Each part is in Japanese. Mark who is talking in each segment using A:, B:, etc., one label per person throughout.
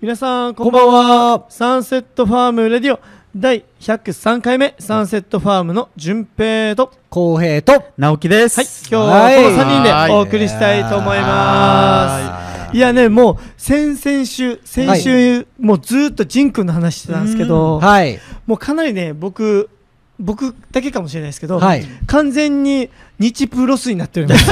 A: 皆さん、こ
B: こ
A: ん
B: ん
A: ばんは。
B: ばんは。
A: サンセットファームレディオ第103回目、サンセットファームの順平と、
B: 浩平と。
C: 直樹です。
A: はい、今日はこの3人
C: は
A: で
C: い
A: お送りしたいと思います。いやね、もう先々週、先週、もうずっとジン君の話してたんですけど、
B: はい。
A: もうかなりね、僕、僕だけかもしれないですけど、
B: はい
A: 完全に日プロスになっております。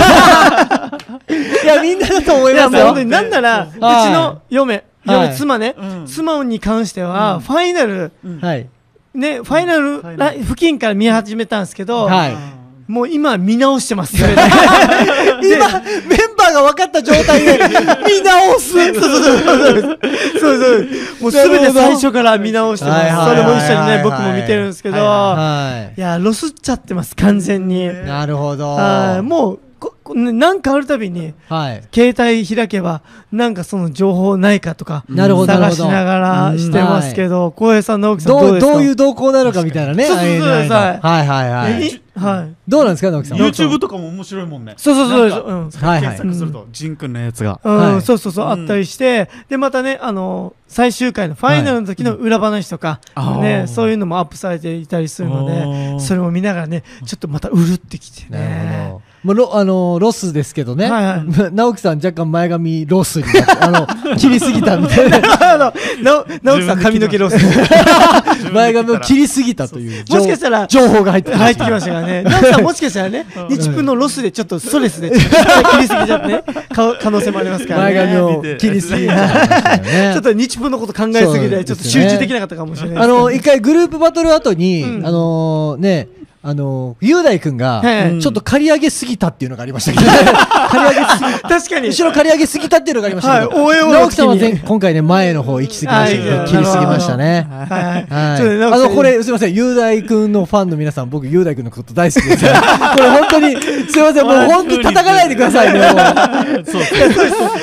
B: いや、みんなだと思い
A: いや
B: ます
A: もう
B: よ
A: 本当。になんなら、うちの嫁、
B: はい
A: 嫁妻ね、
C: うん
A: 妻に関しては、ファイナル、
B: はい。
A: ね、ファイナル
C: ファイ
A: ら
C: ナ
A: 付近から見始めたんですけど、
B: はい。
A: もう今見直して ます。
B: 今、メンバーが分かった状 態で、見直す。
A: そうそう。もうすべて最初から見直してま
B: なる
A: す。
B: ほ
A: そ
B: ど
A: れも一緒に
C: はいはいはいは
A: ね、
C: い
A: 僕も見てるんですけど、い
B: は
A: や、ロスっちゃってます、完全に。
B: い。なるほど。
A: はいもう、ここねなんかあるたびに、
B: はい。
A: 携帯開けば、なんかその情報ないかとか、
B: なるほどなる
A: 探
B: ほど
A: しながらしてますけど、浩平さん、直樹さん、どう
B: ど
A: で
B: う、
A: すか
B: どういう動向なのかみたいなね。
A: 確かにそうそうそう
B: はいはいはいはいはい。
A: えはい。
B: どうなんですか、直樹さんは。
C: YouTube とかも面白いもんね。
A: そうそうそうです。
C: な
A: うん
B: はいは
C: 検
B: い。
C: 索すると、ジン君のやつが。
A: うん
B: はい
A: そうそうそう、
C: うん
A: あったりして、で、またね、あの、最終回のファイナルの時の裏話とか、
C: はいうんあ
A: ね、
C: ー
A: そういうのもアップされていたりするの
C: あ
A: で、
C: ー
A: それも見ながらね、ちょっとまたうるってきて
B: なる
A: ね
B: ほ。ど。もうロあのーロスですけどね、
A: はいは
B: 直樹さん、若干前髪ロスになって、あの切りすぎたみたいな、
A: あの、なお、直樹さん髪の毛ロス。
B: 前髪を切
C: り、
B: りすぎたという、
A: もしかしたら
B: 情報が入って
A: 入ってきましたから ね。直樹さんもしかしたらね、日分のロスでちょっとストレスで、ちょっと切りすぎちゃってね、か可能性もありますから
B: 前
A: ね。
B: 髪を切りす ぎた、
A: ちょっと日分のこと考えすぎ
B: そう
A: て、ち
B: です
A: ょっと
B: よね
A: 集中できなかったかもしれないです
B: あ
A: けど。
B: の一回グループバトル後に、
A: うん
B: あのーね、あのー雄大君が、
A: はい
B: うんちょっと刈り上げすぎたっていうのがありましたけど、刈り上げす
A: 確
B: ぎ
A: かに。
B: 後ろ刈り上げすぎたっていうのがありましたけど、
A: はい応援を
B: 直樹さんは
A: の時に
B: 前今回ね、前の方行き過ぎましたけ
A: は
B: ど、
A: い
B: 切りすぎましたね。
A: はい。
B: はい、
A: ちょっとね直樹さ
B: あ
A: ん
B: のこれすみません雄大君のファンの皆さん僕雄大君のこと大好きですからこれ本当にすみませんもう本当に叩かないでくださいねも
C: そう。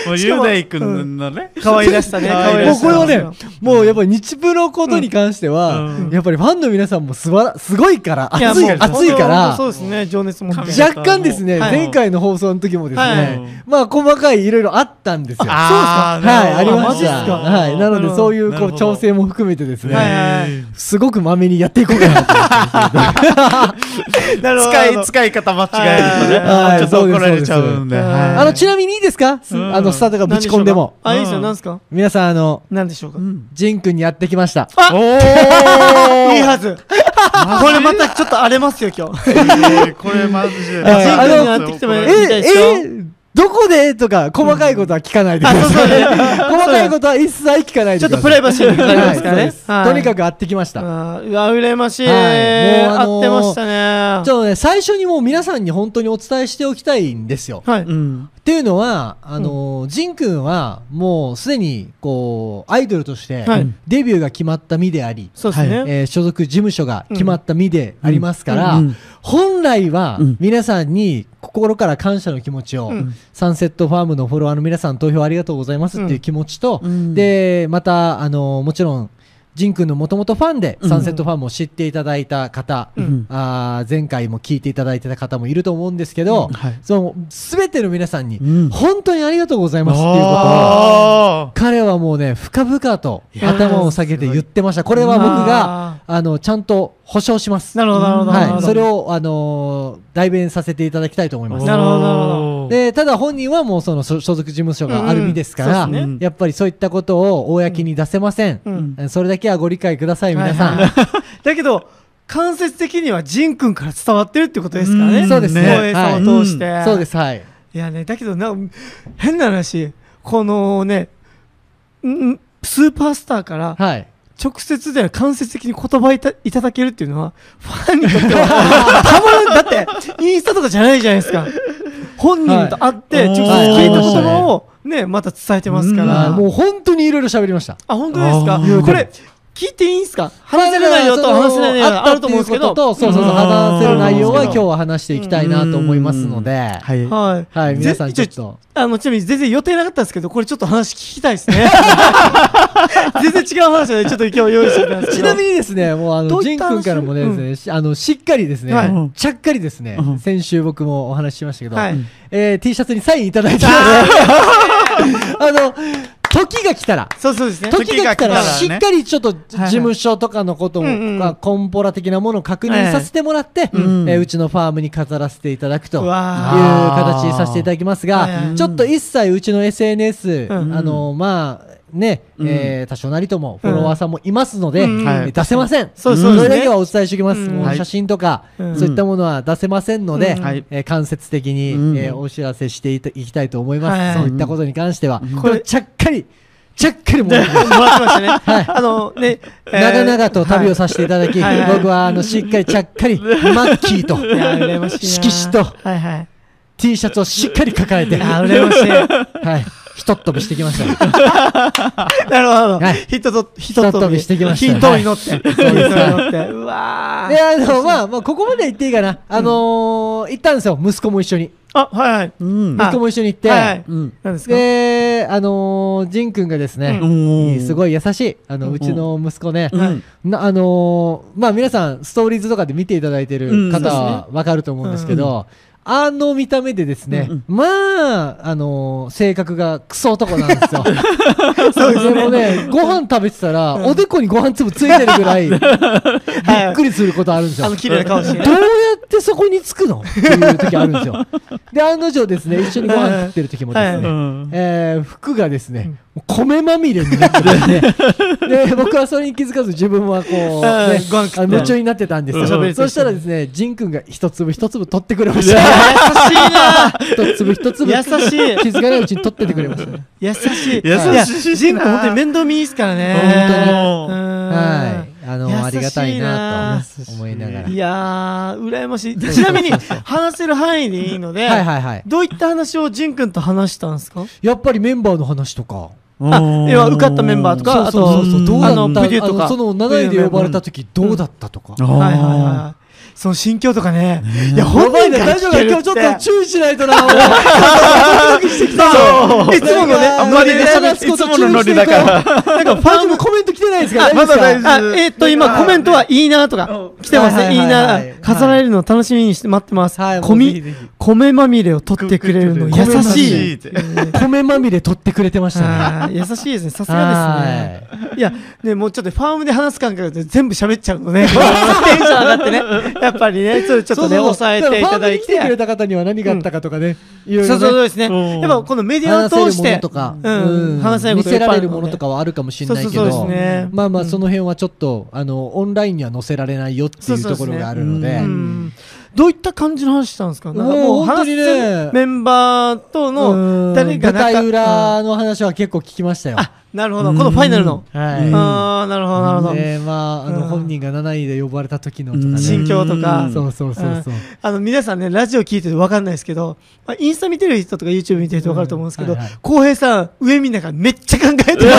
C: もう、
A: しか
C: 雄
A: も
C: 大君のね。
A: 可愛らしさね。
C: 可
A: 可
C: 愛
A: 愛
B: う
A: ら
B: も
A: し
B: う
A: さ
B: これはねもうやっぱり日プロことに関しては、
C: うん
B: やっぱりファンの皆さんもすばらすごいから
A: いや
B: 熱い
A: もう
B: 熱いか
A: 本当そう
B: ら
A: ですね、情熱持って。
C: じゃ
B: 若干ですね、
A: はい
B: 前回の放送の時もですね、
A: はい
B: まあ細かいいろいろあったんですよ
C: あー
B: はい、あ
C: な
B: り
C: るほど
B: まし
A: マ
B: た。
A: ジっすか
B: はい、な
A: な
B: の
A: るほ
B: で、
A: ど
B: そういう
C: な
B: こ
C: る
B: う
C: ほど
B: 調整も含めてですね。
A: はいはい
B: すごくまめにやっていこうかなと思ってます
A: なるほど
C: 使い、使い方間違えるとね、
B: はい
C: ちょっと怒られちゃうんで。
A: はい
C: はい
B: あの、ちなみにいいですか、す
C: うん
B: あの、スタートがぶち込んでも。
A: あ、いいですよ、なんですか
B: 皆さん、あの、
A: なんでしょうか
C: うん
B: ジン君にやってきました。
A: あ
C: お
A: いい
C: ー
A: は ず。これまたちょっと荒れますよ、今日。
C: えーこれマジで。
B: はいあの
A: やってきても
B: え、
A: ら
C: え
A: みたいですよ
B: え、どこでとか、細かいことは聞かないでく
A: あ、
B: だ
A: そうそう
B: さい。
A: ね。
B: 細かいことは一切聞かない
A: ち
B: で
A: ょっと
B: ください。
A: プライバシーにかかり
B: は
A: ま
B: い
A: す
B: そう
A: から
B: で
A: ね
B: す。
A: はい
B: とにかく会ってきました。
A: あーうわ、羨ましい。
B: はい
A: 合
B: も
A: っ
B: う
A: て
B: あの
A: ま
B: ー
A: したね。
B: ちょっとね、最初にもう皆さんに本当にお伝えしておきたいんですよ。
A: はい。
C: うん。
B: っていうのは、あのージン君はもうすでにこうアイドルとして
A: はい
B: デビューが決まった身であり、
A: そうですね。
B: えー所属事務所が決まった身でありますから、
C: うんうん
B: 本来は
C: うん
B: 皆さんに心から感謝の気持ちを、
A: うん
B: サンセットファームのフォロワーの皆さん投票ありがとうございますっていう気持ちと、
C: うん
B: でまた、あのーもちろんジン君のもともとファンで、サンセットファームを知っていただいた方、
C: うん
B: あー前回も聞いていただいてた方もいると思うんですけど、
C: はい
B: その全ての皆さんに、
C: うん
B: 本当にありがとうございますっていうことを
C: あ
B: 彼はもうね深々と
A: やー
B: 頭を下げて言ってましたこれは僕
A: あ
B: があのちゃんと保証します
A: なるほど、なるほど。なる
B: は
A: ほ
B: い、
A: ど
B: それを、あのー代弁させていただきたいと思いま
A: な
B: す
A: るほどなるほ
B: でただ本人はもうその所所属事務所がある身ですから、
A: うんうん
C: そうですね
B: やっぱりそういったことを公に出せません、
A: うん
B: それだけはご理解ください皆さん、
A: はいはいだけど、間接的には仁君から伝わってるってことですから
C: う
A: ね。
C: ん
B: そうですね
A: 光栄さんを通して。
B: そうですはい
A: いやね、だけどなんか、変な話、このね、んスーパースターから
B: はい
A: 直接では間接的に言葉いたいただけるっていうのは、ファンにとっては、 たまらん、だって、インスタとかじゃないじゃないですか。本人と会って、
C: はい
A: 直接聞いた言葉をね、また伝えてますから。
B: あーもう本当にいろいろ喋りました
A: あ、本当ですか
C: あー
A: これ、聞いていいんすか話せる内容と話せない内容があると思うんですけ
B: あ
A: ど。
B: ったっていうこととそうそうそう、
C: うん
B: 話せる内容は今日は話していき
C: ー
B: たいなと思いますので、
C: はい。
A: はい。
B: はい、皆さんちょっ
A: ぜ
B: と。
A: あの、ちなみに全然予定なかったんですけど、これちょっと話聞きたいです ね。全然違う話で、ちょっと今日用意してたんです
B: ち
A: け
B: な
A: ど。
B: みにですね、もうあ
A: ど
B: の、
A: う
B: ジ
A: いっ
B: ン
A: た話
B: 君からもね
A: うん
B: ですね、しあの、しっかりですね
A: はい、
B: ちゃっかりですね
C: う、ん
B: 先週僕もお話ししましたけど
A: はい、
B: えー T シャツにサインいただいて、あの、時が来たら
A: そうそうですね。
B: 時が来たらし
C: 時が来たらね
B: っかりちょっと事
C: はいはい
B: 務所とかのことも、
A: うんうん
B: まあコンポラ的なものを確認させてもらって、
A: うん
B: えーうちのファームに飾らせていただくという
A: うわ
B: 形にさせていただきます
A: はいは
B: が
A: い
B: ちょっと一切うちの SNS、
A: うん
B: あのまあね、えー多少なりともフォロワーさんもいますので、
A: うんうん
B: えー出せません、
A: そうそうですね
B: れだけはお伝えしておきます、
A: うん
B: もう写真とか、
A: うん
B: そういったものは出せませんので、
A: うん
C: はい
B: えー間接的に、
D: うん
B: えーお知らせしていたいきたいと思います、
A: はい
B: そういったことに関しては、
A: これ
B: ちゃっかりちゃっ かりも
A: もらってましたね。あのね、えー
B: 長々と旅をさせていただき、
A: はいはい
B: 僕はあのしっかりちゃっ かりマッキーと
A: いや、羨ましいな。
B: 色紙と
A: はいはい。
B: T シャツをしっかり抱えて、
A: あ
B: は
A: 羨ましい。
B: い、ひとっ飛びしてきま した。
A: なるほど。
B: はい
A: ヒットと、ヒット
B: ひとっ飛びしてきました
A: ヒットに乗って。ヒ
B: は
A: ッ
B: い
A: トに乗って。うわ
B: で、
A: ー。
B: あの、まあ、まあ、ここまで行っていいかな。あのー、行ったんですよ、息子も一緒に。
A: あ、はいはい。
D: うん
A: あ
B: 息子も一緒に行って、
A: はいはい
D: うん
A: 何ですか
B: で、あのー、ジン君がですね、
D: うん
B: すごい優しい、あの、うちの息子ね、
D: うん
B: なあのーまあ皆さんストーリーズとかで見ていただいてる方はわかると思うんですけど、あの見た目でですね、
D: うん
B: まあ、あのー性格がクソ男なんですよ。 そうですね。もね、ご飯食べてたら、おでこにご飯粒ついてるぐ らい、びっくりすることあるんですよ。
A: あの、綺麗な顔して
B: どう
A: ね。
B: やってそこにつくのっていう時あるんですよ。で、案の定ですね、一緒にご飯食ってる時もです
A: う
B: ね、
C: ん
B: えー服がですね、もう米まみれになってですね で僕はそれに気づかず自分はこう、
A: う
B: ね
A: んご飯食って、
B: あの夢中になってたんです
C: うん
B: よ、
A: 喋りつつ
B: そしたらですね仁君が一粒一粒取ってくれました一粒一 粒
A: 優しいな優しい。
B: 気づかないうちに取っててくれましたね
A: 優 しい。
C: 優しい
A: いやジンコ本当に面倒見いいですからね。
C: 本当に
A: うん
B: はいあのありがたいな
A: 優
B: と思いながら
A: いやー、羨ましい。ちな みに、話せる範囲でいいので、
B: はいはいはい
A: どういった話をジン君と話したんですか
B: やっぱりメンバーの話とか
A: あ、要は受かったメンバーとか、あと、
B: どうだ
A: あ
B: っ
A: の、
B: た
A: プデューとか。
B: あのその7位で呼ばれた時どうだったとか、
D: あー
A: はいはいはい。その心境とかね。いや、
B: や
A: 本
B: ばい
A: 人
B: ね
A: から
B: 大丈夫か
A: 聞けるて
B: 今日ちょっと注意しないとな 俺
A: そういつものね、
B: あ
A: あ
B: ん
A: ん
B: ま
A: ま
B: り
A: り
B: ね
A: ね、
B: 話す
C: い
B: こ
C: つ
B: と
C: ものノリだから。
B: なんかファンもコメント来てないですか
A: あ
B: 大丈夫ですか
C: まだ大丈夫
A: あえーっと、今、コメントは、いいなとか、来てます
B: は
A: ね。
B: い
A: いい
B: はいはい
A: な
B: はい。
A: 飾られるのを楽しみにして待ってます。
B: はいもう
A: コミ
B: ぜひぜひ
A: 米まみれを取ってくれるの
B: 米ま
A: 優
B: みれ
A: しい。
C: って
B: 米まみれ取ってくれてましたね
A: あー優しいですね。さすがですね。いや、ね、もうちょっとファームで話す感覚で全部喋っちゃうの ね。テンション上がってね。やっぱりね、それちょっとね、
B: そうそう
A: 抑えていただい
B: ファンに来てくれ
A: て。
B: た方には何があったかとかね、いろい
A: そ
B: ろ
A: うそうそう
B: ね
A: ですね。
C: うん
A: やっぱこのメディアを
B: 話せ
A: 通
B: る
A: し
B: も
A: て
B: のと、か、
A: うん話せない
B: 見
A: こといっぱ
B: せ
A: い
B: ら
A: あ
B: れ
A: る
B: る
A: ので
B: ものとかはあるかもしれないけ
A: そうそうそ
B: ど
A: うですね
B: まあまあ
A: うん
B: その辺はちょっとあのオンラインには載せられないよって
A: そう
B: いう
A: そうで
B: と
A: すね
B: ころがあるので
A: うんどういった感じの話したんですかなんか
B: も
A: も
B: う
A: う
B: 本当に
A: 話す
B: ね
A: メンバーと
B: うん
A: の誰が仲
B: 舞台
A: うん
B: 裏の話は結構聞きましたよ。
A: あ、なるほど。このファイナルの。
B: はい
D: うん
A: ああ、なるほど、なるほど。
B: でまああの
A: うん
B: 本人が7位で呼ばれた時のとか
D: うん
B: ね
A: 心境とか。
B: そうそうそうそう
A: うんあの皆さんね、ラジオ聞いてて分かんないですけど、まあ、インスタ見てる人とか YouTube 見てる人分かると思うんですけ
B: う
A: ど
B: んはいはい、
A: 浩平さん、上見ながらめっちゃ考えてます。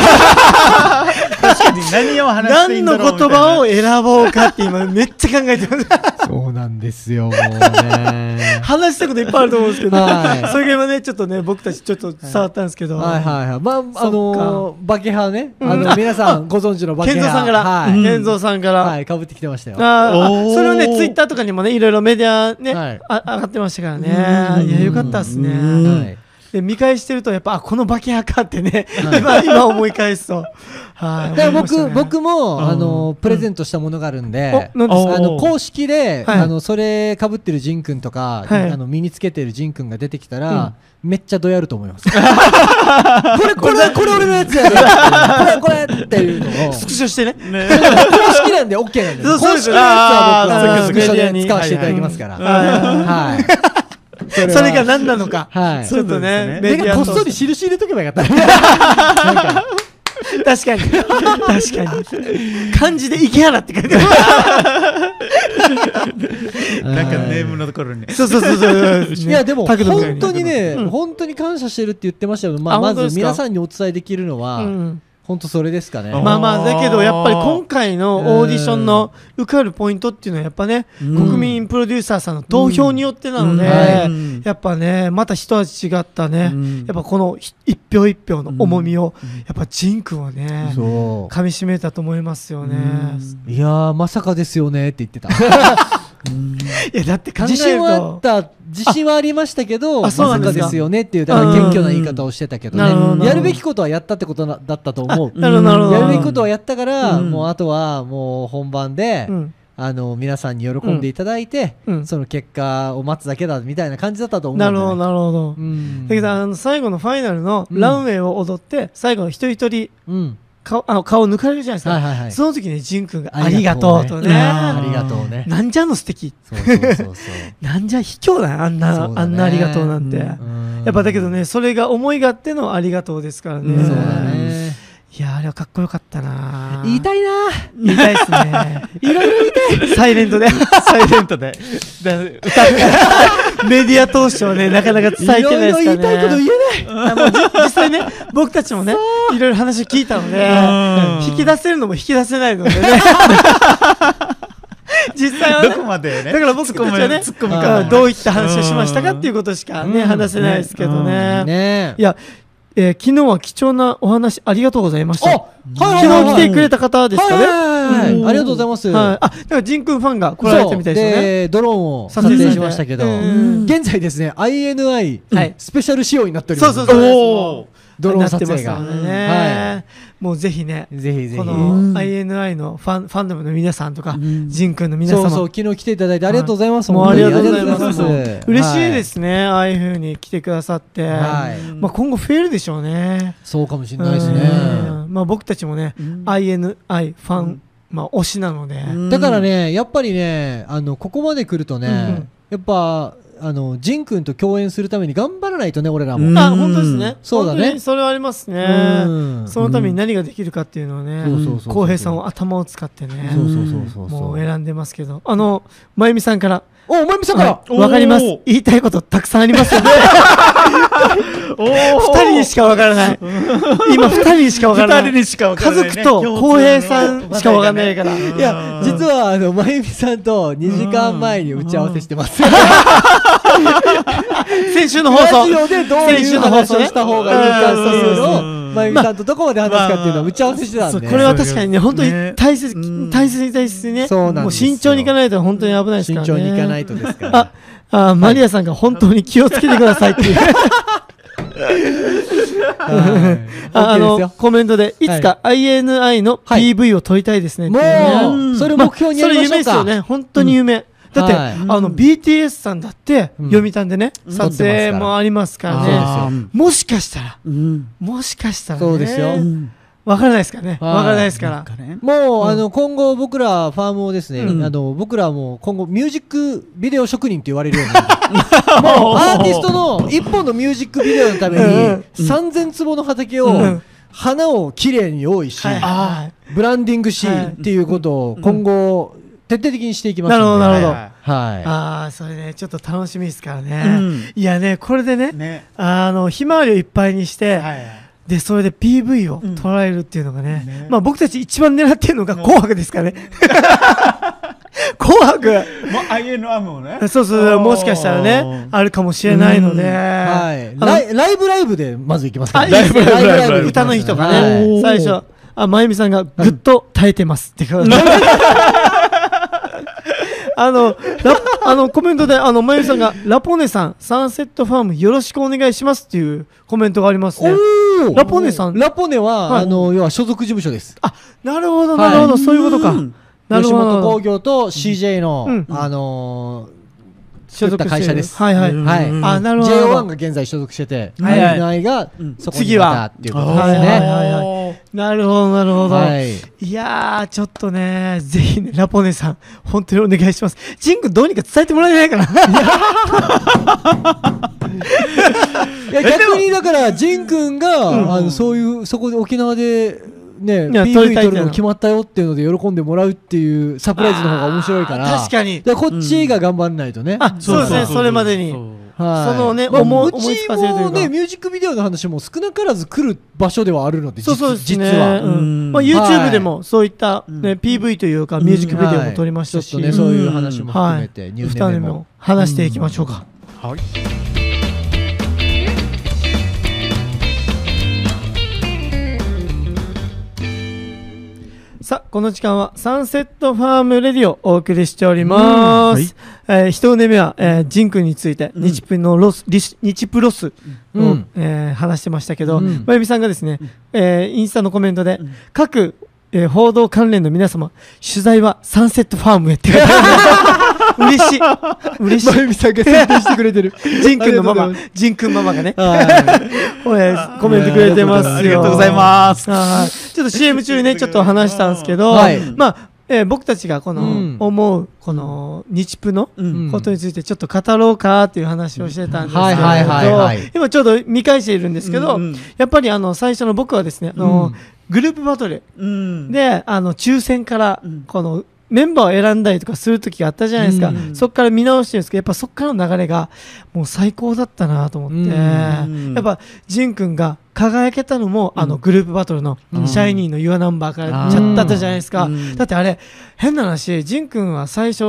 C: 確かに何を話してい
A: 何
C: い
A: の
C: んだろうみた
A: 言
C: い
A: 葉を選
C: な
A: ぼうかって今めっちゃ考えて ます。
B: そうなんですよもうね
A: 話したこといっぱいあると思うんですけど、
B: はい
A: それが今ね、ちょっとね、僕たちちょっと触ったんですけど、
B: はいはいはいまああのバケハねあの皆さんご存知のバケハ
A: 健三さんから、
B: はい
A: 健三さんから、
B: はいかぶってきてましたよ
A: あー
C: お
A: あ
C: ー
A: それはね、ツイッターとかにもね、いろいろメディアね、
B: はい
A: あ上がってましたからね。いや、よかったです
D: うん
A: ね。
B: はい
A: で、見返してると、やっぱ、あ、この化け派かってね、 今、今思い返すと。はい。
B: だから
A: 思いました
B: 僕
A: ね、
B: 僕も、あのプレゼントしたものがあるんで、
A: お何です
C: か
B: あの公式で、
A: はい
B: あのそれ被ってるジン君とか、
A: はい
B: あの身につけてるジン君が出てきたら、めっちゃどやる と思いますこれこれこれ俺のやつやでこれこれっていうのを
A: スクショしてね。
B: 公式なんで OK なんで
A: そう
B: 公式
A: そうです
B: のやつは僕
A: あ
B: は
A: ー
B: スクショ
A: メディア
B: で
A: に
B: 使わせていただきますから、はい
A: そ
B: は
A: れが何なのか。
B: はい
A: ちょっとね、
B: なんかこっ
A: と
B: そり印入れとけばよ かった
A: 確かに。確か に。漢字で池原って書いてある。
C: なんかネームのところに
A: そうそうそうそう。
B: いやでも
A: 角度みたい
B: 本
A: に
B: 当にね、
A: うん
B: 本当に感謝してるって言ってましたけど、まあ、
A: あ
B: ま
A: 本当で
B: ず
A: すか
B: 皆さんにお伝えできるのは、
A: うん
B: 本当それですかね。
A: まあまあだけどやっぱり今回のオーディションの受かるポイントっていうのはやっぱね、
D: うん
A: 国民プロデューサーさんの投票によってなので、
D: うんはい
A: やっぱねまた一味違ったね、
D: うん
A: やっぱこのひ一票一票の重みを、やっぱジン君はね
B: そ
A: 噛み締めたと思いますよね。
B: ういやーまさかですよねって言ってた。
A: いやだって考えると
B: 自信はあった自信はありましたけど
A: あ
B: ま
A: そうな
B: さ
A: んで
B: か
A: すか
B: ですよねっていうだから謙虚な言い方をしてたけど
A: うんなるほど
B: ねやるべきことはやったってことなだったと思う
A: なるほどなるほど
B: やるべきことはやったから、
C: うん
B: もうあとはもう本番で、
A: うん
B: あの皆さんに喜んでいただいて、
A: うん
B: その結果を待つだけだみたいな感じだったと思うんだ
A: な
B: よ
A: るほど
B: ね
A: なるほど
B: うん
A: だけどあの最後のファイナルの
B: うん
A: ランウェイを踊って最後一人一人
B: うん
A: 顔あの顔抜かれるじゃないですか、
B: はいはいはい
A: その時ねジン君が「あ
B: あ
A: り
B: り
A: が
B: が
A: と
B: と
A: う」
B: う
A: とね
B: ねありがとうね
A: なんじゃの素敵
B: そうそうそうそう
A: なんじゃ卑怯だよあんな、
B: そうだね
A: あんなありがとうなんて、
C: うん
B: うん
A: やっぱだけどねそれが思いがあってのありがとうですからね、
C: うん
B: そうだね
A: いやあれはかっこよかったな
B: 言いたいな
A: 言いたいっす ねいろいろ言いたいサイレントで
C: サイレントで。だ
A: メディア当初はねなかなか伝えてない
B: い
A: ですから
B: ろ
A: ね
B: いろ言いたいこと言えない
A: あもうじ実際ね、僕たちもね、いろいろ話を聞いたので
C: う、ん
A: 引き出せるのも引き出せないので ね。実際は
C: どこ
A: ね。
C: まで
A: だ
C: ね。
A: から僕たちはね
C: 突っ込むか
A: う
C: ら。
A: んどういった話をしましたかっていうことしかね、
B: うん
A: 話せないですけどね。
B: ね
A: いや、えー昨日は貴重なお話ありがとうございまし
B: あ
A: た。
B: はいはい
A: 昨
B: はい
A: 日
B: はい
A: 来てくれた方ですかね。
B: はいはいはい
A: ん
B: ありがとうございます
A: はいあ、だからジン君ファンが来られたみたいですよね。
B: そうドローンを撮影しましたけど、
A: 撮影されてうん
B: 現在ですね INI、
A: はい
B: スペシャル仕様になっておりま
A: そう
B: す
A: そうそう。
C: おー
B: ドローン撮影
A: な
B: が
A: ってますのでね。もうぜひね、
B: ぜひぜひ
A: こ
C: う
A: の
C: ん
A: INI のファンファンドムの皆さんとか、
C: ん
A: ジン君の皆
B: そう
A: 様
B: そう昨日来ていただいてありがとうございます、
A: もうあ
B: 本
A: り
B: 当
A: が
B: に
A: とうございます。
B: ありがとう
A: 嬉
B: ございます
A: しいですね、ああいう風に来てくださって、
B: はい
A: まあ、今後増えるでしょうね。
B: そうかもしれないですね
A: うんまあ、僕たちもね、
C: ん
A: INI ファン、まあ、推しなので、
B: だから。ねやっぱりねあのここまで来るとね、
A: うん
B: やっぱあのジン君と共演するために頑張らないとね俺らも、
C: うん
A: あ本当ですね、
B: そうだね
A: 本当にそれはあります
B: う
A: ね、
B: ん
A: そのために何ができるかっていうのをね
B: そうそうそう、そう
A: 浩平さんは頭を使ってね、
B: そうそうそうそうそ
A: もう
B: う
A: 選んでますけど、あの、まゆみさんから、
B: おおまゆみさんから、
A: はいわかります
C: おー。
A: 言いたいことたくさんありますよね。
C: おー
A: 二人にしかわからない。今二人にしかわからない。
C: 二人にしかわからないね
A: 家族と浩平さんしかわからないから。
C: 共通の
A: い
B: い
A: や、
B: や、実は、あの、まゆみさんと2時間前に打ち合わせしてます。
A: 先週の放
B: ラ
A: 送
B: ジ。オでどう
A: 先
B: い
A: 週
B: う
A: の放送
B: 話
A: ね
B: をした方がいいかっていうのを
C: うん、
B: まゆみさんとどこまで話すかっていうのを打ち合わせしてたん
C: ま
B: で。
C: あ
A: これは確かにね、
C: そう
A: 本当に
C: ね
A: 大切
C: う
A: に、
C: ん
A: 大切に大切にね、
B: そうなん
A: もう
B: ですよ
A: 慎重にいかないと本当に危ないですか
B: 慎
A: らね。
B: 重にいかな
A: と。
B: いとですか
A: あ
B: ら。、
A: あマリアさんが本当に気をつけてくださいっていう。 ああ
B: はい OK
A: の、
B: です
A: コメントで、いつか INI の PV を撮りたいですね
B: よ。
A: っていうね。
B: もう、それを目標にやりましょう
A: それ夢です
B: か。
A: よね本当に夢、だって、
B: はい
A: あの BTS さんだって、
B: うん
A: 読谷でね
B: うん
A: 撮影もありますからね
B: あ
C: ー
A: もしかしたら
C: うん。
A: もしかしたら、ね、
B: そうですよ
C: ん。
A: わからないですからね
B: はい
A: わからないですから、
C: ね。
B: もう、あの、今後僕らファームをですね、
A: うん
B: あの、僕らも今後ミュージックビデオ職人って言われるようになる。 もう、アーティストの一本のミュージックビデオのために、
A: うん
B: 3000坪の畑を、
A: うん
B: 花をきれいに用意し、
A: はいは
B: ブランディングし、
A: はい
B: っていうことを今後、徹底的にしていきます
A: な
B: んで
A: るほどなるほど、
B: はいはいい。
A: ああそれねちょっと楽しみですからね、
C: うん
A: いやねこれでね
C: ね。
A: あのひまわりをいっぱいにして、
C: はい。
A: でそれで PV を
C: うん
A: 捉えるっていうのがね,、
C: ね
A: まあ僕たち一番狙ってるのが「紅白」ですからね紅白
C: もう INR もね。
A: そうそう、もしかしたらね、あるかもしれないので、
B: はい
A: あの
B: ライライブライブでまずいきます
A: あ、
B: か
A: い
B: ら
A: いですね、
C: ライブラ
A: ライブライ
C: イブ
A: ブ
C: ライブ
A: 歌の日とか
B: は
A: ね、
B: い
A: 最初、あ、まゆみさんがぐっと耐えてますって書いてある あの、ラあの、コメントで、あの、まゆみさんが、ラポネさん、サンセットファームよろしくお願いしますっていうコメントがありますね。
B: おー
A: ラポネさん
B: ラポネは、
A: はい
B: あの、要は所属事務所です。
A: あ、なるほど、なるほど、
B: はい
A: そういうことか
C: うん。
A: なる
B: 吉
A: ほど
B: 本。興業と CJ の、
A: うん
B: あのー、
A: 所
B: 所
A: 属して
B: 属
A: る
B: 会社です。
A: はいはい。
C: うん
B: はい。
A: あなるほど
B: JO1 が現在所属してて、
A: はいはい
B: INI がそこに
A: 次
B: ま
A: は
B: たっていうこと
A: は
B: で
A: いは
B: す
A: い
B: ね。
A: はいはい。なるほど、なるほど。
B: はい。
A: いやー、ちょっとね、ぜひね、ラポネさん、本当にお願いします。ジン君どうにか伝えてもらえないかな
B: いや逆にだから仁君が、
A: うん
B: あのそういうそこで沖縄でね
A: いや
B: PV
A: 撮りたい
B: 撮
A: って
B: る
A: な
B: の決まったよっていうので喜んでもらうっていうサプライズの方が面白いから
A: あー確かに
B: でこっちが頑張んないとね、
A: あ、そうですね、それまでに。
B: はい
A: そのね
B: まあ
A: 思う
B: うち
A: 思いつかせるという
B: も
A: か
B: ねミュージックビデオの話も少なからず来る場所ではあるので
A: そうそうで
B: 実
A: すね。
B: 実は、
A: う
C: うんん
A: まあ、
B: は
A: YouTube
B: い
A: でも、そういった、ね、PV というか、ミュージックビデオも撮りましたし、
B: はいちょっとねそういう話も含めて、
A: はい
B: ニ
A: 二
B: ュー
A: 人
B: ネ
A: で
B: メ
A: も
B: も
A: 話していきましょうか。
C: はい。
A: さあ、この時間はサンセットファームレディオをお送りしております。えー、一年目は、えー、ジン君について、
C: うん
A: 日プのロス、リシ日プロスを、
B: うん
A: えー話してましたけど、
B: うん
A: まゆみさんがですね、えーインスタのコメントで、
C: うん
A: 各、えー報道関連の皆様、取材はサンセットファームへって書いてある 嬉しい。嬉しい。
B: ゆみさんが宣伝してくれてる。
A: ジン君のマ
B: あり
A: マ
B: がとうござい、
A: ジン君ママがね、
B: はい
A: えーコメントくれてますよ。
C: ありがとうございます。
A: はいちょっと CM 中にね、ちょっと話したんですけど、
B: はい
A: まあ、えー僕たちがこの、
B: うん
A: 思う、この、日プの
C: うん
A: ことについてちょっと語ろうかっていう話をしてたんですけど、
B: はいはいはいはい
A: 今ちょうど見返しているんですけど、
C: うんうん
A: やっぱりあの、最初の僕はですね、あの
B: うん
A: グループバトル
C: うん、
A: で、あの、抽選から
C: うん、
A: この、メンバーを選んだりとかする時があったじゃないですか、
B: うん
A: そこから見直してるんですけどやっぱそこからの流れがもう最高だったなと思って、
B: うん
A: やっぱ仁君が輝けたのも、あのグループバトルの「
B: うん
A: シャイニーの Your Number」から
B: あー
A: ちゃったじゃないですか、
C: うん
A: だってあれ変な話仁君は最初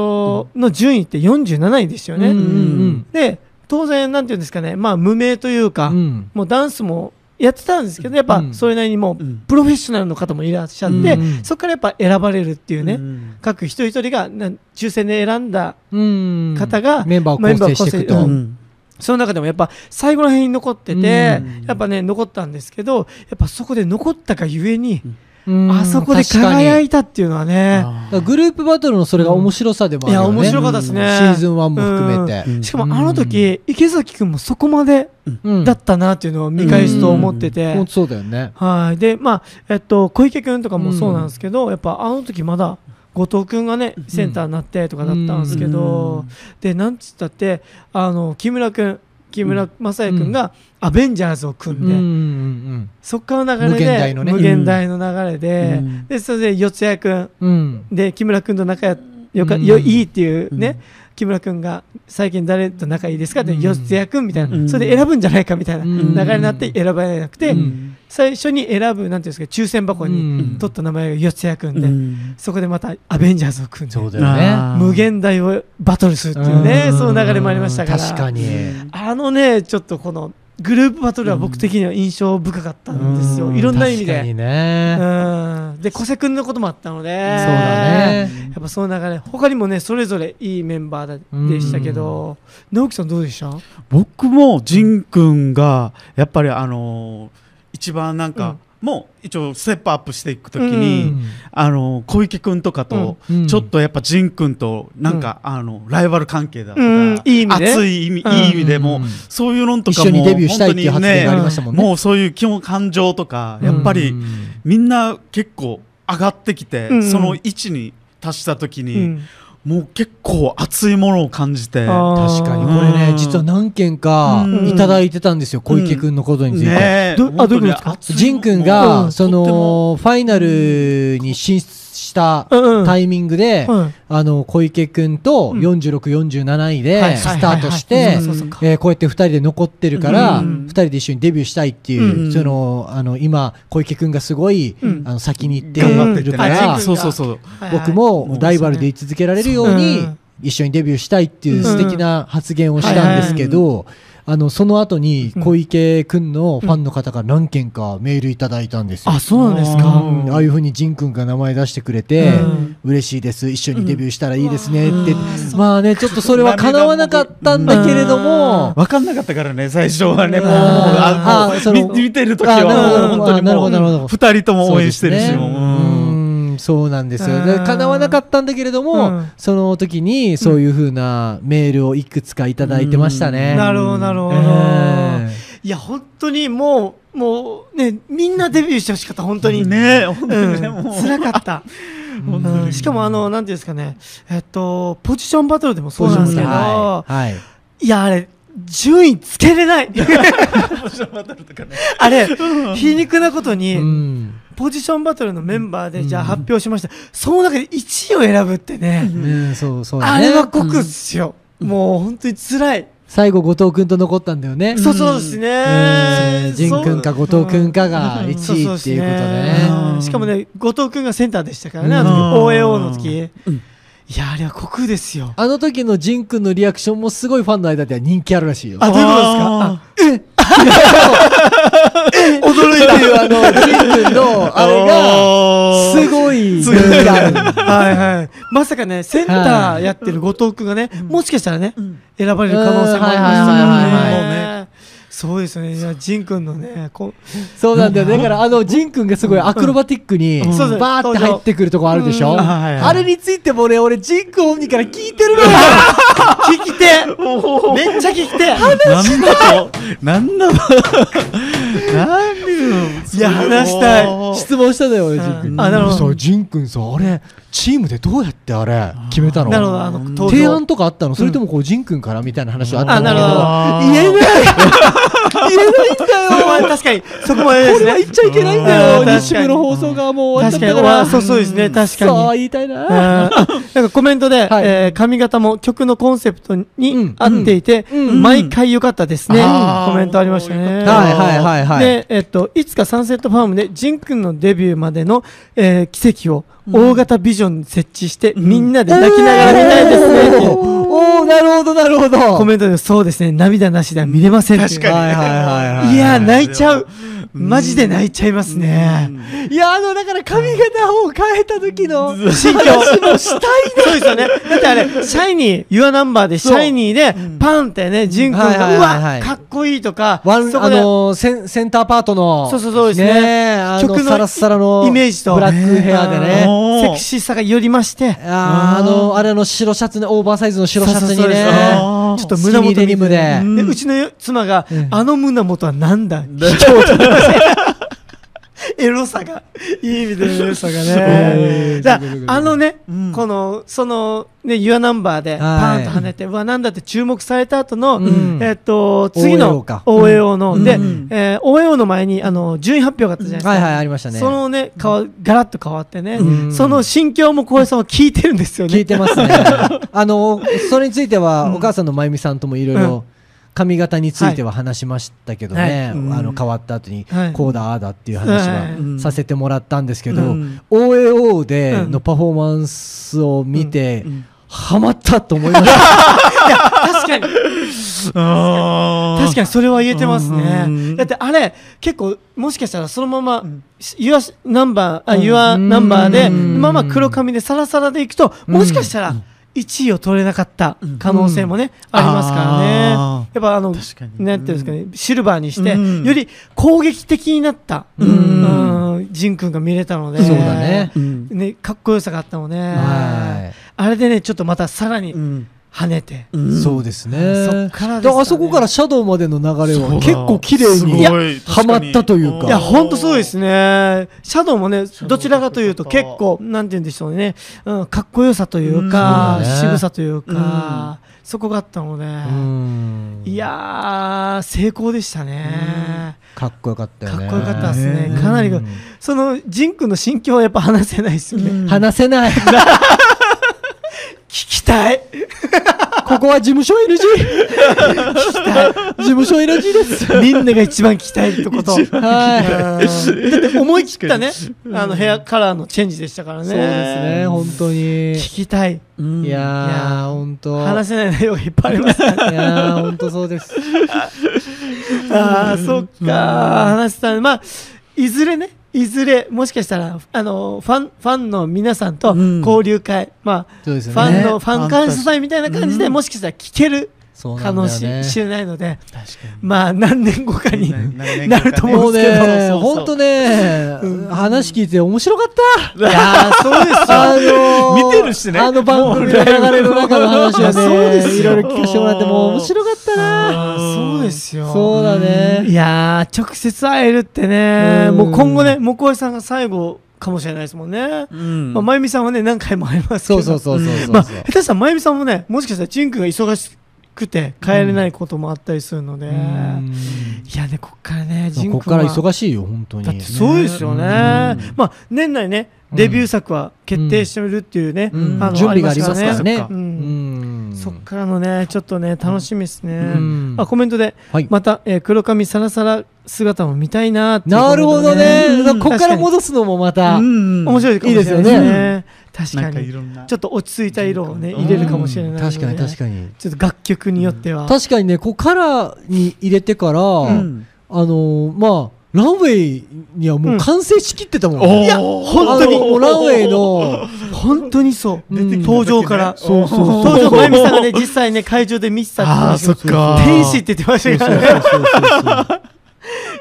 A: の順位って47位ですよね、
B: うんうん
A: で当然なんていうんですかねまあ無名というか、
B: うん
A: もうダンスもやってたんですけどやっぱ
B: うん
A: それなりにもう
C: うん
A: プロフェッショナルの方もいらっしゃって、
B: うん
A: そこからやっぱ選ばれるっていうね、
C: うん
A: 各一人一人がな抽選で選んだ
B: うん
A: 方が
B: メンバーを構成していくと。
A: メンバーを構成
C: ん
A: その中でもやっぱ最後ら辺に残ってて、
B: うん
A: やっぱね残ったんですけどやっぱそこで残ったがゆえに、
B: うん
A: あそこで
B: 確かに
A: 輝いたっていうのはね
B: だからグループバトルのそれが面白さでもあ
A: い
B: るよ
A: や
B: ね。
A: 面白かったですね、
B: シーズン1も含めて。
C: うん
A: しかもあの時、池崎君もそこまで
B: うん
A: だったなっていうのを見返すと思ってて、
B: 本当そうだよね。
A: はいでまあえっと小池君とかもそうなんですけど、やっぱあの時まだ後藤君がねセンターになってとかだったんですけど、
C: うん
A: でなんつったってあの木村君木村雅也君がアベンジャーズを組
B: うんん
A: で、
B: うん
A: そっからの流れで
B: 無限大のね
A: 無限大の流れで,、
C: うん
A: でそれで四谷君
B: うんうん
A: で木村君と仲よよか、
B: うん
A: よいいっていうね、
C: うん
A: 木村君が最近誰と仲いいですかって、
B: うん
A: 四谷君みたいな、
C: うん
A: それで選ぶんじゃないかみたいな
B: うん
A: 流れになって選ばれなくて、
B: うん
A: 最初に選ぶなんていうんですか抽選箱
B: う
A: に
B: ん
A: 取った名前が四谷君で、
C: うん
A: そこでまたアベンジャーズを組んで
B: そうだよね。
C: あー
A: 無限大をバトルするっていうね、
B: うん
A: その流れもありましたから
B: 確かに。
A: あのねちょっとこのグループバトルは僕的には印象深かったんですよ、
C: うん
A: いろんな意味で
B: 確かにね。
A: うんで小瀬君のこともあったので
B: そうだね。
A: やっぱその流れ他にもねそれぞれいいメンバーだでしたけど直樹さんどうでした
C: 僕も仁君がやっぱりあのー一番なんか、もう一応ステップアップしていくときに、
A: うん
C: あのー小池君とかと、
B: うん
C: ちょっとやっぱ仁君となんか、あのライバル関係だとか、
A: うんいい意味で
C: 熱い意味、
A: うん
C: いい意味でも、
B: うん
C: そういうのと
B: 一
C: かも
B: 緒にデビューしたいっていう発言がありましたも
C: 本
B: ん
C: 当にね
B: ね。
C: もうそういう基本感情とかやっぱり、
B: うん
C: みんな結構上がってきて、
A: うん
C: その位置に達したとき
A: う
C: に、
A: ん
C: もう結構熱いものを感じて。
A: あー
B: 確かにこれ
C: う
B: ね
C: ん
B: 実は何件か
C: うん
B: いただいてたんですよ小池君のことについて。
C: ねえ
A: どあどういうことですか
C: 本当に
B: ジン君
A: う
B: が
A: ん
B: そのファイナルに進出した
A: うんうん
B: タイミングで
A: うん
B: あの小池君と
A: うん
B: 46、47位で
A: はい
B: スタートし
A: はいはい
B: て
A: はいそうかそうか
B: えーこうやって2人で残ってるから
A: う
B: 2
A: ん
B: 人で一緒にデビューしたいって
C: うんう
B: い
C: ん
B: うそのあの今小池君がすごい
A: うん
B: あの先に行って
C: 頑張って
B: る
C: て
B: か
A: うんあ
B: ら
A: ジン君が
C: そうそうそう
B: 僕もライバルで居続けられるよう
A: う
B: に
A: ん
B: 一緒にデビューしたいっていう素敵な発言をしたんですけ
C: うん
B: ど、あのその後に
A: うん
B: 小池君のファンの方から何件かメールいただいたんですよ。
A: あそうなんです
C: あ
A: か
C: ー
B: うんああいうふうに仁君が名前出してくれて、
A: うん
B: 嬉しいです一緒にデビューしたらいいですねって、
A: うんあー
B: まあねちょっとそれは叶わなかったんだけれども、
C: 分かんなかったからね最初はねもうもう
B: あー
C: あ
B: そ
C: も
B: の
C: う見見てる時
B: あー
C: は
B: なるほど
C: もう本
B: あーなるほど
C: 当
B: なるほ
C: にも
B: ど
C: う二人とも応援してる
B: そう
C: し
B: ですね
C: もううん
B: うんそうなんですよ。
A: う
B: で
A: ん
B: 叶わなかったんだけれども、
A: うん
B: その時にそういう風なメールをいくつかいただいてましたね。
A: なるほどなるほど、
B: え
A: いや本当にもうもうねみんなデビューしてほしかった本当に
C: ねえ本当 にね
A: うん
C: もう
A: 辛か った
B: え
C: 本当
A: うん
C: に
A: しかもあのなんていうんですかねえっとポジションバトルでもそうなんですけど、
B: はいはい
A: いや、あれ、順位つけれない。
C: ポジションバトルとかね
A: あれ、皮肉なこと
B: う
A: に、
B: ん
A: ポジションバトルのメンバーで、じゃあ
B: うん
A: 発表しました。その中で1位を選ぶってね、
B: うんそうそうだ
A: あ
B: ね
A: れは酷
B: う
A: っ
B: ん
A: すよ。もう本当に辛い。
B: 最後後藤君と残ったんだよね。
A: そうそうです
B: う
A: ね
B: ん。仁君か後藤君かが1位
A: そうそう
B: っていうこと
A: です
B: ね。
A: うんしかもね、後藤君がセンターでしたからね、あ
C: うん
A: の時 OAO の時。
C: うん
A: いや、あれは酷ですよ。
B: あの時の仁君のリアクションもすごいファンの間では人気あるらしいよ。
A: あ、どういうことですかあ
B: 驚いてるあの仁君のあれが
C: おー
B: すごい
C: すごい
B: 意があるんだ
A: はいはい。まさかね、センターやってる後藤君がね、もしかしたらね、選ばれる可能性もあります
B: うんはいはいはい
A: か
B: はい
A: らね。そうですよね。いや、仁君のね、こう、
B: そうなんだよ。だから、あの、ジン君がすごいアクロバティックに、
A: んそうそう
B: バーって入ってくるとこあるでし
A: う
B: ょ
A: ん
C: あはいはい
B: あれについても俺、俺、ジン君本人から聞いてるのよ。
A: 聞き てめっちゃ聞きて
C: なんだと、なんだと、なんで
A: いや、話したい。
B: 質問したのよ、俺、ジン君に。
A: あなるほど
B: そう、ジン君さ、あれ、チームでどうやってあれ、決めたの
A: なるほど、あの、投
B: 提
A: 票
B: 案。とかあったのそれともこう、ジン君からみたいな話はあったんだけど。
A: あ
B: 言えない言えないんだ
A: そこ
B: よ
A: まで確かに、そこまでです
B: これ
A: ね
B: は。言っちゃいけないんだ
A: う
B: よ
A: ん確かに
B: 日部の放送がもう終わっちゃ
A: 確かに、う
B: ったか
A: わ
B: ら
A: そうそうですね、確かに。
B: そう言いたい
A: うん
B: な
A: あ なんかコメントで、
B: はい
A: えー髪型も曲のコンセプト
B: うん
A: に合っていて、
B: うん
A: 毎回良かったですね、
C: あー
A: コメントありましたね。
B: はいはいはいはい
A: で、えっと、いつかサンセットファームで、ジンくんのデビューまでの、えー奇跡を大型ビジョンに設置して、みんなで泣きながら見たいですね、っていう
B: おー おーなるほどなるほど
A: コメントで、そうですね、涙なしでは見れませんっていう
C: 確か
B: はいはいはいはい
A: いやー、泣いちゃう。マジで泣いちゃいますね。
B: いやあのだから髪型を変えた時の
A: 心境したいそうですよね。だってあれ、シャイニー、ユアナンバーで、シャイニーで、パンってね、ジン君
B: はいはい
A: が、う
B: はいはい
A: わ、かっこいいとか、
B: ワン
A: そ
B: あ
A: こで、
B: のーセンセンターパートの
A: そうそうそうですね
B: えあの
A: 曲の
B: サラッサラの
A: イメージと
B: ブラックヘアで
A: あ
B: ね
A: の
C: おー
A: セクシーさがよりまして、
B: あーあのあれの白シャツねオーバーサイズの白シャツ
A: そ
B: に
A: うそうそうです
B: ね
C: あー
A: ちょっと胸
B: スキニー
A: 元
B: デニムで
A: うんうちの妻が
B: うん、
A: あの胸元はなんだ エロさが、いい意味でのエロさが
B: う
A: ね。
B: ん
A: だからあのね、
C: うん
A: この、その、ね、ユアナンバーで、パ
B: は
A: ー
B: い
A: ンと跳ねて、うわ、なんだって注目された後の、
B: うん
A: えっと、次
B: OAO
A: の
B: か
A: OAO の、で
C: うん、
A: えー OAO の前に、あの、順位発表があったじゃないですか。
B: はいはいありましたね
A: そのね、変わガラッと変わってね
B: う、ん
A: その心境も小江さんは聞いてるんですよ
B: 聞い
A: ね。
B: てますねあのそれについてはお母さんの真由美さんともいろいうろ髪型については話しましたけど
A: はい
B: ね、
C: うん
B: あの変わった後に
A: はい
B: こうだああだっていう話
A: は
B: はいさせてもらったんですけど、
A: うん
B: OAO で
A: うん
B: のパフォーマンスを見て、
C: うん
B: ハマったと思い ました。
A: 確かに。確
C: 確
A: かにそれは言えてます
C: う
A: ね。
C: ん
A: だってあれ、結構、もしかしたらそのまま、ユアナンバー、あ、ユアナンバーで、
B: うん
A: まあまあ黒髪でサラサラでいくと、もしかしたら、1位を取れなかった可能性もね、ありますからね。や
C: あ
A: っぱあの、
C: 確かに
A: なんていうんですかね、シルバーにして、
C: うん
A: より攻撃的になった、
C: うん
A: うんジン君が見れたので、
B: そうだね。
C: うん
A: ね、かっこよさがあったのね。
B: は
A: あれでね、ちょっとまたさらに
C: うん
A: 跳ねて。
B: い、そう
C: で
B: ですね。
A: そっからです
B: だ
A: からら
B: あ
A: ね
B: そこからシャドウまでの流れは
C: そうだ
B: 結構綺麗
C: す
B: に
C: ごい
B: はまったというか。
A: いや、ほんとそうですね。シャドウもね、
C: ウ
A: どちらかというと
C: とか
A: 結構、なんて言うんでしょうね。うん、かっこよさというか、
B: うんそうだね
A: 渋さというか、そこがあったのね。
B: うん
A: いやー、成功でしたね。
B: かっこよかった
A: か
B: よ
A: っ
B: ね。
A: こよかったですね
C: ね。
A: かなり
B: うん、
A: その、ジン君の心境はやっぱ話せないですよね。
B: 話せない。
A: 聞きたい
B: ここは事務所 NG! 事務所 NG です。
A: みんなが一番聞きたいってこと。うん
B: はい。
A: だって思い切ったね、あの、ヘアカラーのチェンジでしたからね。
B: そうですね、本当に。
A: 聞きたい。
B: い
A: いや
B: やー、
A: ー
B: ほんと。
A: 話せない内容がいっぱいありますね
B: いやー、ほんとそうです。
A: ああ、そっか、話したね。まあ、いずれね、いずれ、もしかしたら、あの、ファン、ファンの皆さんと
C: うん
A: 交流会、まあ、
B: そうですよ
A: ファン
B: ね。
A: の、ファン感謝祭みたいな感じで、もしかしたら聞ける
B: そうな
A: か
B: んだ
A: も
B: よ
A: し
B: ね。
A: れないので、
C: 確かに
A: まあ、何年後かに。なると思
B: もうね、
C: そうそうそう
B: ほんとね、話聞いて面白かった。
A: いやー、そうです
B: あのー、
C: 見てるしね
B: あの番組の流れの中の話
A: も
B: は
A: うだいぶ
B: ね、いろいろ聞かせてもらって、もう面白かったな。
A: あーそうですよ。
B: そうだ
A: い
B: ね。
A: やー、直接会えるってね、
B: うん
A: もう今後ね、向井さんが最後かもしれないですもんね。
C: うん
A: まあ、まゆみさんはね、何回も会いますけ
B: そ
A: ど。
B: うそうそうそうそう。
A: まあ、下手したらまゆみさんもね、もしかしたらジン君が忙しくて帰れないこともあったりするので、
B: うん
A: いやね、こっからね、ジン君
B: こ
A: は
B: っから忙しいよ、本当に。
A: だってそうですよね。まあ、年内ね、デビュー作は決定してみるっていうね、
B: うん
A: あの
B: 準備がありますか
A: あ
B: ら
A: り
B: ね。
C: ますから
A: う
B: う
C: ね
B: んん
A: そっからのね、ちょっとね、楽しみですね。
B: ん
A: あコメントで、
B: はい
A: また、えー黒髪サラサラ姿も見たいなーっていう
B: なるほどね。
A: コメント
B: こ
A: が
B: こから戻すのもまた。
C: うん
A: 面白いかもしれない
B: いいですよ
A: ね。確
C: な
A: か
C: んかい
A: に。
C: ろんな
A: ちょっと落ち着いた色をね、入れるかもしれないので、
B: 確かに確かに。
A: ちょっと楽曲によっては。
B: 確かにね、こうカラーに入れてから、
C: うん
B: あのーまあ、ランウェイにはもう完成しきってたもんね、
A: いや
C: おー
A: 本当に
B: あのもうランウェイの
A: 本当にそう
B: 出てきた時ね
A: 登場から
B: そうそうそう
A: 登場まゆみさんがね実際ね会場でミスター
C: ああ
A: って言
C: そ
A: っ
C: ってか
A: ました天使って言ってましたからね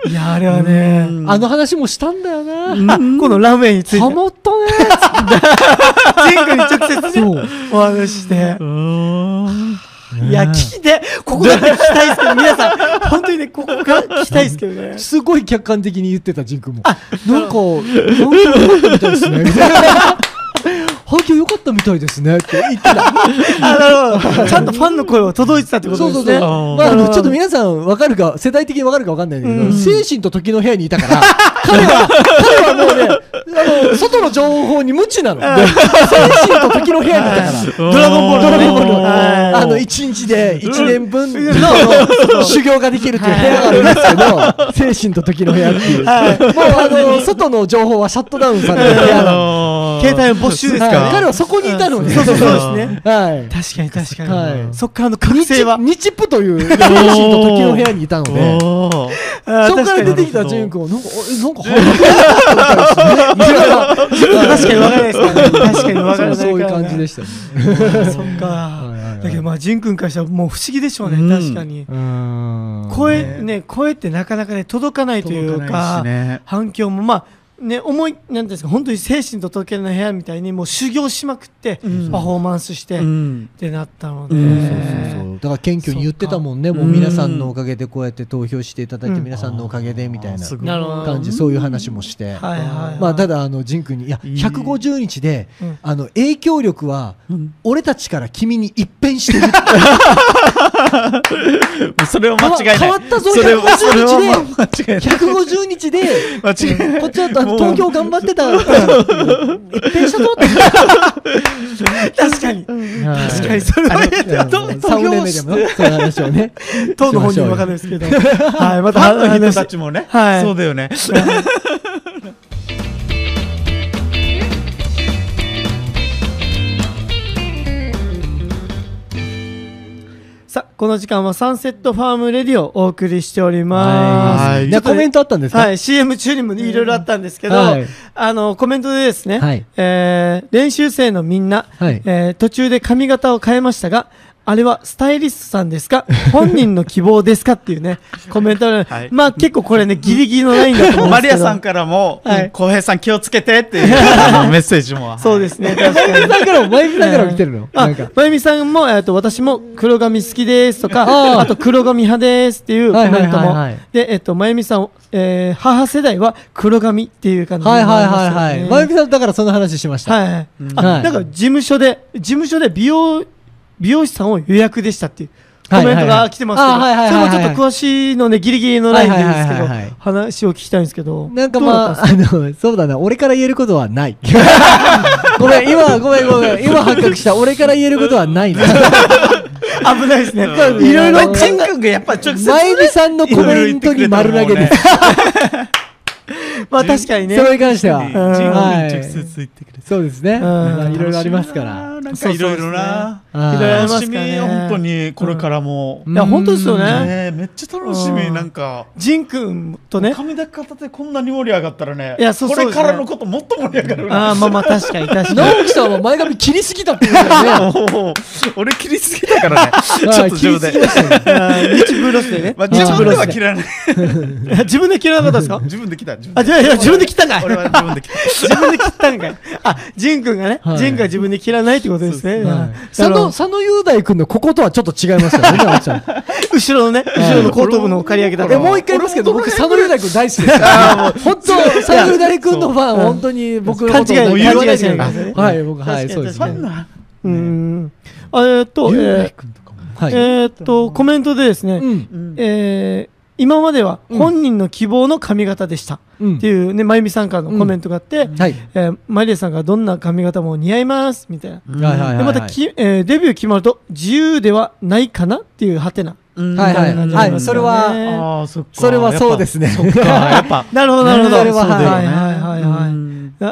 A: いやあれはね
C: う ん
B: あの話もしたんだよな、
C: うん
A: あこのラーメンについて
B: ハマったね
A: ジェン君に直接ね
B: そう
A: お話しして
C: うーん
A: いや聞いてここだって聞きたいですけど皆さん本当にねここが聞きたいですけど ね
B: すごい客観的に言ってたジン君もなんか反響良かったみたい ですねみたいな反響良かったみたいですねって言ってた
A: あなるほどちゃんとファンの声は届いてたってこ
B: そ
A: と
B: う
A: で
B: そ
A: す
B: うそ
A: ね
B: う。ま
A: あ
B: あ、あのちょっと皆さん分かるか、世代的に分かるか分かんないんだけど、
A: うん
B: 精神と時の部屋にいたから、 彼は、彼はもうね、あの、外の情報に無知なの。精神と時の部屋にいたから。
C: ド
A: ラゴンボール
B: ドラゴンボール
A: おー
B: の、あの、一日で一年分の修行ができるという部屋があるんですけど、精神と時の部屋っていう。もう、あの、外の情報はシャットダウンされる部屋なの。
A: 携帯の没収ですか
B: はい
A: ら
B: 彼
A: ね
B: はそこにいたのね。
A: そうそうそうですね
B: はい。
A: 確かに確か
B: はい
A: にそっからの覚醒は
B: 日プと いう精神と時の部屋にいたので。
C: おー
A: あー
B: そこから
A: 確
B: 出
A: に
B: てきた純君は、なんか、え、なんか、は
A: 確か にわからないですからね確かにわからないからね
B: そういう感じでしたね。
A: そっか
B: はいはいはい
A: だけどまあ仁君からしたらもう不思議でしょうね
C: うん
A: 確かに声ね声ってなかなかね届かないという
C: 届か
A: か
C: ないしね
A: 反響もまあね思いなんていうんですか本当に精神と時計の部屋みたいにもう修行しまくってパフ
C: ん
A: ォーマンスしてっ
C: うん
A: てなったので
C: うんそう
B: そうそうだから謙虚に言ってたもんね、もう皆さんのおかげでこうやって投票していただいて、
A: うん
B: 皆さんのおかげでみたいな
C: すご
A: なるほど
B: 感じ、そういう話もして、
A: はいはいはい
B: まあ、ただ、あの仁君に、いや、150日で
A: うん、
B: あの影響力は
C: うん
B: 俺たちから君に一変してる
C: それは間違いない
B: 変わ変わったぞ
C: それ
B: 150
C: はそれはま間違いない
B: 150日で、
C: 間違いない
B: こっちは東京頑張ってた、一変したぞって。
A: 確かに確かにそれは言って
B: あの
A: 東
B: サムネイルで
A: 京
B: もねそういう話をね。
A: 党の本人はわかんないですけどはいまた話
C: 人たちもね、
A: はい
C: そうだ よね。
A: さあこの時間はサンセットファームレディオをお送りしております
C: はい
B: いやコメントあったんですか。
A: はい、CM 中にもいろいろあったんですけど、
B: はい
A: あの、コメントでですね、
B: はい
A: えー練習生のみんな、
B: はい
A: えー途中で髪型を変えましたが、あれはスタイリストさんです か本人の希望ですかっていうね、コメントある、
C: はい
A: まあ結構これね、ギリギリのラインだと思うんで
C: マ
A: すけ
C: リ
A: ど。
C: アさんからも、
A: はい
C: うん浩平さん気をつけてっていうあのメッセー ジも。
A: そうですね、確かに。
B: だから前見ながら見てるの。
A: あ
B: なんか、
A: まゆみさんも、えっと、私も黒髪好きですと
B: あ
A: か、
B: ー
A: あと黒髪派ですっていうコメント
B: はいはい
A: も
B: はいはい。
A: で、えっと、まゆみさん、えー母世代は黒髪っていう感じにな
B: はい
A: り
B: はい
A: ま
B: は
A: すよ
B: い
A: ね
B: はい。前見さんだからその話しました。
A: はいはい、
C: うん
A: あ
B: はい
A: だから事務所で事務所で美容美容師さんを予約でしたっていうコメントが来てますけど、
B: はいはいはいあはいはい
A: それ
B: はいはい
A: もちょっと詳しいのねギリギリのラインでいいんですけど、
B: はいはいはいはい
A: 話を聞きたいんですけど
B: なんか
A: どうだ
B: ま
A: った
B: あ、あの、そうだな、俺から言えることは ない。ごめん、今、ごめん、ご めん、今発覚した、俺から言えることは ないな。
A: んですか危ないですね
B: うん
A: いろいろ
B: うん
A: ち
C: ジ
A: ん
C: ン君がやっぱ直接、
B: 前見さんのコメントに丸投げです。
A: まあ確かにね
B: それに関して
C: ジン
B: は。
C: 君に
B: はい
C: 直接言ってくれて。
B: そうですね。
A: ん
B: まあいろいろありますから。
C: 楽しみだななんかいろいろな。
B: は
A: そうですね
B: い
C: 楽しみ、本当にこれからも。
B: う
A: い
B: ん
A: や本当ですよね
C: ねめっちゃ楽しみ、
A: うん
C: なんか。
A: 仁君とね
C: 髪だけ片手でこんなに盛り上がったらね、
A: いやそう
C: こ
A: そう
C: れ
A: ですね
C: からのこともっと盛り上がる
A: あ
C: な。
A: あまあまあ確かに確かに
B: 直樹さんは前髪切りすぎたっていうね。 は
C: もう 俺切りすぎたからね。ちょっ
B: い
C: と
B: 切
C: 自
B: りす
C: 分で
B: ぎ。ましたね。
A: 日ブロスでね、
C: まあ、自分では
A: 日
C: 切らない。
A: ブロスで 自分で切らなかったですか
C: 自分で切った。自分
A: あ
C: で
A: じゃあいや自分で切ったんかい
C: 俺は自分で切った。
A: 自分で切ったんかいあ仁君がね
B: はい
A: 仁君が自分で切らないってことですねあ
B: はい
A: ーな
B: 佐
A: るほど
B: 野、佐野雄大君のこことはちょっと違います よね、直樹さん。
A: 後ろのね、後ろの後頭部の刈り上げだ
B: えもう一回言いますけど、僕、佐野雄大君大好き ですから。本当、佐野雄大君のファン、本当に僕のこと
A: 勘違い
B: を
A: 勘違い
B: 言わない
A: し
B: で
A: な
B: く
A: い
B: だ
A: か
B: さ
A: らね
B: いはい、僕、はい、そうです
C: ファン
B: ね。
C: な。
A: うーん。あえーっと、え
C: 雄大
A: ー
C: 君とかも。
B: はい。
A: えーっと、コメントでです
B: う
A: ね、
B: ん。
C: うん
A: えー今までは本人の希望の髪型でした。
B: うん
A: っていうね、まゆみさんからのコメントがあって、
B: はい。
A: えーマリアさんがどんな髪型も似合います、みたいな。
C: うん
B: はいはいはい
A: で、またき、えーデビュー決まると、自由ではないかなっていうハテナ。
C: うん
B: はいは
A: み
B: い
A: た
B: は、
A: ない感じ
B: そ
A: なんです
B: れ
A: よね
B: は、
C: ああ、そっか。
B: それはそうです
C: ね。
B: ね。
C: やっぱ。
A: なるほど、なるほど。
B: それは
A: うだよね
B: は
A: はいいはい
C: うん
A: はい。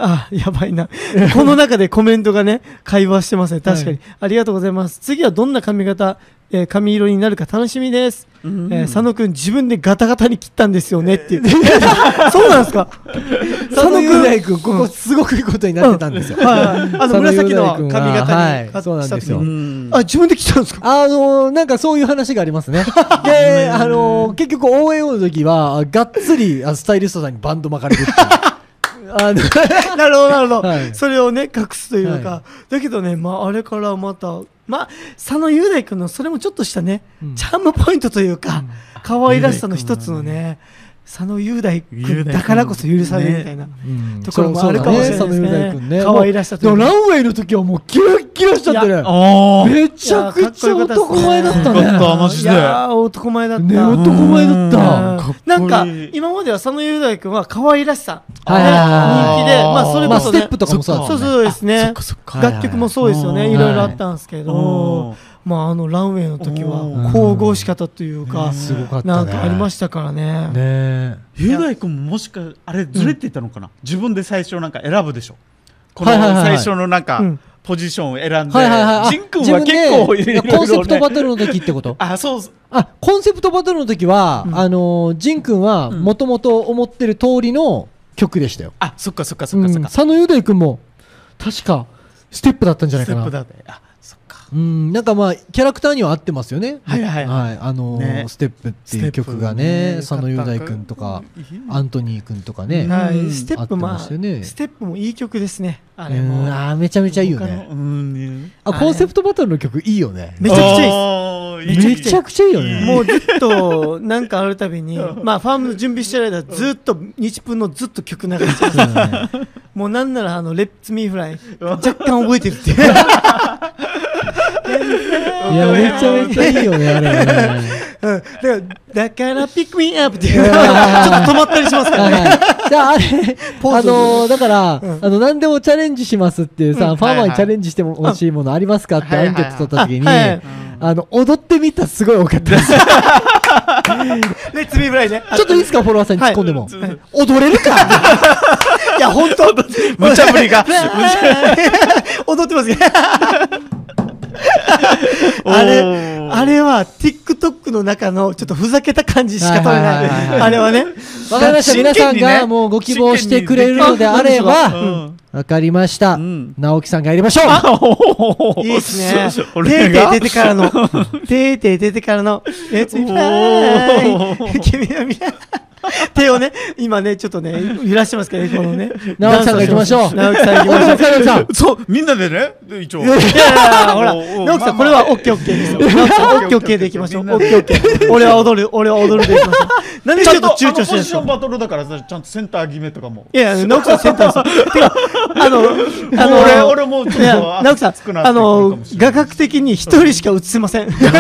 A: あ、やばいな。この中でコメントがね、会話してますね。確かに。ありがとうございます。次はどんな髪型えー髪色になるか楽しみです、
C: うん
A: えー佐野くん自分でガタガタに切ったんですよねっていう そうなんですか
B: 佐野雄大君、ここすごくいいことになってたんですよ。
C: はいあの紫の髪型に
B: はいそうなんですよ
C: うん
A: あ自分で切ったんですか
B: あのーなんかそういう話がありま すね。で、あのー結局 OAO の時は、あがっつりあスタイリストさんにバンド巻かれるっていう。 あの
A: なるほど、なるほど、
B: はい
A: それをね、隠すというか、
B: は
A: だけどね、まあ、あれからまた、まあ、佐野雄大君の、それもちょっとしたね、
B: うん
A: チャームポイントというか、可愛らしさの一つのね、佐野雄大君だからこそ許されるみたいな。
B: うん
A: ところもあるかもしれないですね
B: そうだ佐野雄大君ね。
A: 可愛らしさと
B: で
A: いう
B: も
A: か
B: ランウェイの時はもうキラッキラしちゃって
A: い
B: ね。
C: あー
B: めちゃくちゃ男前だった
C: いやかっこよかったですね
B: ね。
C: マジ
A: い
C: で
A: やー、男前だった。
B: ね男前だっ
A: う
B: た
A: ん
C: かっこいい
A: なんか、今までは佐野雄大君は可愛らしさ、
B: はいはいは
A: ね人
B: い
A: 気で、まあ、それ
B: ま
A: こ
B: あ
A: そ、
B: ス
A: ね
B: テップとかもそうだった
A: そ
B: も
A: うん
B: ね。
A: そうですね
C: そっかそっか
B: はいはい
A: 楽曲もそうですよ
C: は
A: ね
C: い
A: いろいろあったんですけ
C: お
A: どまああのランウェイの時
C: お
A: は
B: ー
A: 神々しかったというか
C: うんすご
B: かったね
A: なんかありましたからね
B: ね
C: 雄大君ももしかあれずれてたのかな、自分で最初なんか選ぶでしょこの
B: はいはいはい
C: 最初のなんか
A: うん
C: ポジションを選んで、
B: はいはいはいあ。
C: ジン君は結構い
B: 自分で
C: ろいろ、ね、
B: コンセプトバトルの時ってこと
C: あそうそう
B: あコンセプトバトルの時は、
A: うん
B: あのージン君は
C: うん
B: もともと思ってる通りの曲でしたよ、
C: あそっかそっか
B: う
C: そっ
B: ん、
C: かそっか、
B: 佐野雄大君も確かステップだったんじゃない
C: ステ
B: か
C: ップ
B: な
C: だねあそっか
B: うんなんかまあキャラクターには合ってますよね
C: はいはいはい
B: あのー
C: ね
B: ステップっていう曲がね佐野雄大君とかアントニー君とかね、
A: は
C: う
A: い
C: ん
A: ステップ
B: 合って
A: まあ
B: ましたよね
A: ステップもいい曲ですねあ
B: う
A: れも
B: んあーめちゃめちゃいいよね
C: うん
B: あコンセプトバトルの曲いいよね
A: めちゃくちゃいいです
C: い
B: めちゃくちゃいいよね
A: もうずっとなんかあるたびにまあファームの準備してる間ずっと日プのずっと曲流して ます
B: そうだね
A: もうなんならあのレッツミーフライ若干覚えてる っていうう
B: いやめちゃめちゃいいよねあれはね
A: んだからだからピックミーアップって いうちょっと止まったりしますからね
B: はいじゃああれ、
A: ポー
B: あ
A: ズを
B: のーだから、
A: うん
B: あの、何でもチャレンジしますっていうさ、ファン
C: は
B: はいに
C: はい
B: チャレンジしても欲しいものありますかって
C: うん
B: アンケート取った時に、
A: はいはい
B: あの、踊ってみたすごい多かったです。
A: レッツビーフライね。
B: ちょっといいですか、フォロワーさんに突っ込んでも。
C: はい
B: 踊れるか
A: いや、本当
C: 無茶ぶ りが
A: 踊ってますね。あ
C: お
A: れ、
C: ー
A: あれは TikTok の中のちょっとふざけた感じしか取れ
B: はいはいはいは
A: ないい。あれはね。
B: わかりました。
C: 真
B: 皆さ
C: 剣
B: ん
C: にね
B: がもうご希望してくれるのであれ
C: う
B: ば、
C: ん
B: わかりました。
C: ん
B: 直樹さんがやりましょう
C: おー
A: いいですね。てー
C: 俺
A: て
C: が
A: ー出てからの、てーてー出てからの、レッツビーフ
C: お
A: ライ。
C: ー
A: 君は見手をね、今ね、ちょっとね、揺らしてますからね、このね。
B: 直樹さんが行きましょう
A: 直樹さん行きましょう。
B: 直樹さん
C: そう みんなでねで一応
A: いやいや いやほら、
C: おうおう
A: 直樹さん、こ
C: まあ
A: れ
C: まあ
A: はオッケーオッケーですよ。直樹さん、オッケーオッケーでいきましょう。オッケーオッケー。俺は踊る、俺は踊るでいきましょう。なんで
C: ち
A: ち
C: ゃ
A: ょ
C: ん
A: っ
C: と
A: と
C: 躊
A: 躊
C: 躇
A: 躇
C: し
A: しててる
C: るで
A: んで
C: し
A: す
C: ょ
A: か
C: バトルだからさちゃんとセンター決めとかも
A: いやいや、直樹さん、センターですよ。てか、あの、あの、
C: 俺俺もうちょっと
A: いや
C: 熱
A: 直樹さ
C: 熱くなっ
A: ん、
C: て
A: あ
C: くる
A: の
C: かもし、れない
A: 画角的に一人しか映せません。そ
C: そっ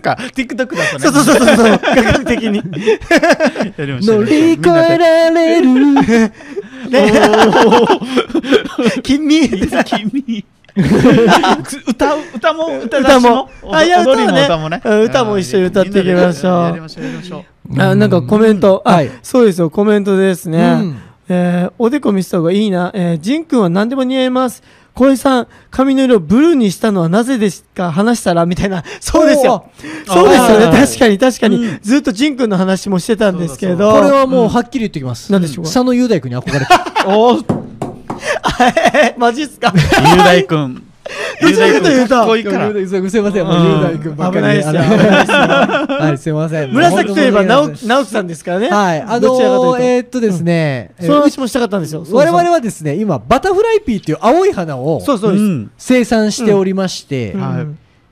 C: か TikTok だったね
A: うそうそうそう、画角的に。
C: やりましたね
B: 乗り越えられる。
A: ね、 君、
C: 君歌う歌も歌だ
A: 歌
C: し
A: も
C: も、
A: あ、いや、
C: 踊
A: 歌
C: り
A: も
C: も
A: ね、
C: 歌もね
A: うん歌も一緒に歌っていきましょ
C: やり
A: う。
C: ましょうやりましょう
A: あなんかコメント、あ
B: はい、
A: そうですよ、コメントですね。
B: うん
A: えーおでこ見せた方がいいな。えー、ジン君は何でも似合います。小江さん、髪の色をブルーにしたのはなぜですか話したらみたいな。そうですよ。
C: おー
A: そうですよね。
B: あー
A: 確かに確かに。
C: うん
A: ずっとジン君の話もしてたんですけ
C: そ
A: ど。
B: これはもうはっきり言ってきます。
A: 何でしょうか
B: 佐野雄大君に憧れてる。
C: おー
A: え ーマジっすか
C: 雄大君
A: どちらかというと
C: かっこいいから
B: 雄大君すいません、もう雄大君ばっか
A: 危
B: り
A: ないっすよ。
B: あ
A: 危
B: の
A: ないっすよ
B: はい、すいません。
A: 紫といえば直
B: 直
A: 樹直樹さんですからね。
B: はい、あの
A: どちらかと
B: ー、
A: い
B: え
A: う
B: ーっとですね、
A: と。
B: え
A: その
B: ー
A: 話もしたかったんですよ。
B: 我々
A: は。
B: はですね、今、バタフライピーっていう青い花を
A: そうそうです。
C: うん
B: 生産しておりまして
A: う、ん
C: はい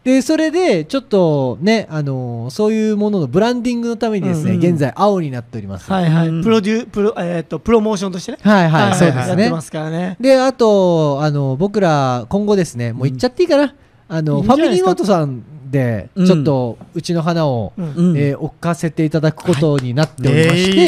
B: で、それで、ちょっとね、あのー、そういうもののブランディングのためにですね、
A: うん
B: 現在青になっております。はい
A: はいは
C: うん
A: い。プロデュー、プロ、えーっと、プロモーションとしてね。
B: はい、そうで
A: や
B: す
A: って
B: ね。
A: ますからね。
B: で、あと、あの、僕ら、今後ですね、もう行っちゃっていいかな。あ
A: いい
B: の、
A: ん
B: フ
A: じゃ
B: ァ
A: ない
B: ミ
A: で
B: リ
A: す
B: ー
A: か
B: マートさんで、
C: うん
B: ちょっと、うちの花を、
A: うん
C: うん
B: えー置かせていただくことになっておりまして、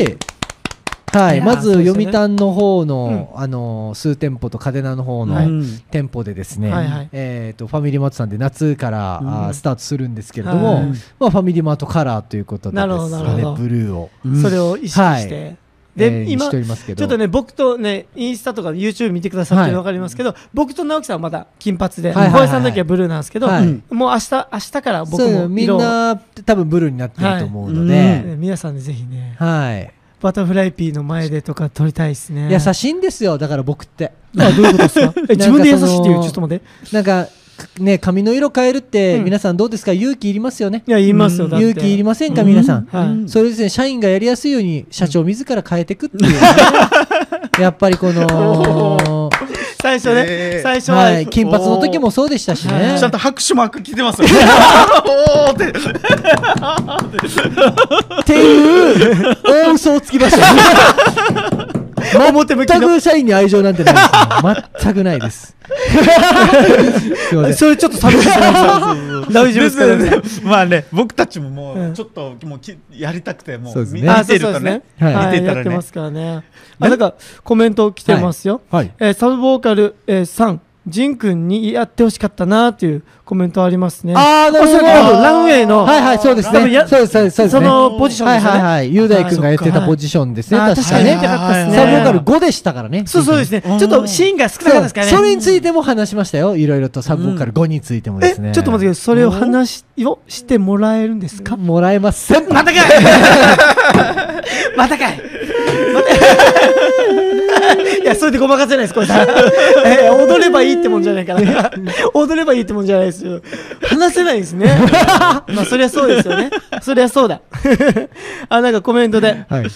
B: はいい、
A: やー
B: まず
A: そうですよね
B: 読谷の方の、あのー数店舗と嘉手納の方の、
A: はい
C: うん
B: 店舗でですね、
A: はいはい
B: えー、とファミリーマートさんで夏から、
C: うん
B: あースタートするんですけれども、
A: はい
B: まあ、ファミリーマートカラーということでで
A: な
B: す
A: るほどなるほど
B: ねブルーを、
A: それを意識して。で、
B: えー
A: 今
B: しておりますけど
A: ちょっとね僕とねインスタとか YouTube 見てくださってるの
B: は
A: 分
B: い
A: かりますけど、僕と直樹さんはまだ金髪で、
B: はいはいはい
A: 小林さんだけはブルーなんですけど、
B: はい
A: もう明日明日から僕
B: そう
A: も
B: み
A: 色
B: ん
A: を、
B: な多分ブルーになってると思うの
C: はい
A: ね
B: で、
A: 皆さんでぜひね
B: はい。
A: バタフライピーの前でとか撮りたいですね
B: いや、優しいんですよ、だから僕って。
A: あどういうこと ですかえ自分で優しいっていう
B: なんかその
A: ちょっと待って
B: なんか、ね、髪の色変えるって、
A: うん
B: 皆さんどうですか勇気いりますよね
A: い。や言いますよ
C: うん
A: だって
B: 勇気いりませんか、
A: うん
B: 皆さん。
A: はい
C: うん
B: それですね、社員がやりやすいように、社長自ら変えていくっていうね、 やっぱりこ の、
A: 最初ね、
C: えー
A: 最初は、
B: はい、金髪の時もそうでしたしね
C: ちゃ。んと拍手マーク来 てますよ。おーって。
B: っていう、大嘘をつきましたね。
A: 表向き
B: 全
A: の
B: く社員に愛情なんてないです。全くないです。すいませ ん
A: それちょっと寂しい 大丈夫ですか
C: ねまあね、僕たちも
A: う
C: も
A: ん
C: う、ちょっと、もうき、やりたくて、も
B: そう
C: う、
B: ですね
C: み見てるとね。
A: はい、
B: はい
C: 見てた
A: や
C: ら
A: って
C: ね
A: ま。すからね。あ、なんか、コメント来てますよ。
B: はい。
A: えーサブボーカル、えー、さん、ジン君にやってほしかったなっていうコメントありますね。
B: あー、な
A: お
B: る
A: そ
B: ほ
A: ら
B: ど。
A: く多分ランウェイの、
B: はいはい、そうです
A: 多分
B: ね。
A: や
B: そうです、そうです、そうです
A: そ
B: ね。は
A: のポジション
B: い
A: ですよ
B: はい
A: ね。
B: はい。雄大君がやってたポジションですね、
A: あー
B: 確か
A: 確かに
B: ね
A: 見。てなかったですね。
B: サブボーカル
C: は
B: 5でしたからね。
A: そうそうですね。ちょっとシーンが少なかったですからね。
B: そうそれについても話しましたよ。いろいろとサブボーカル5についてもで
A: え、
B: すね。
A: ちょっと待ってください。それを話をしてもらえるんですか
B: もらえません。
A: またかいまたかいまたい や、それでごまかせないです、これ さ。えー踊ればいいってもんじゃないから。 踊ればいいってもんじゃないですよ。話せないんですね。 まあ、そりゃそうですよね。そりゃそうだ。 あ、なんかコメントで、
B: はい。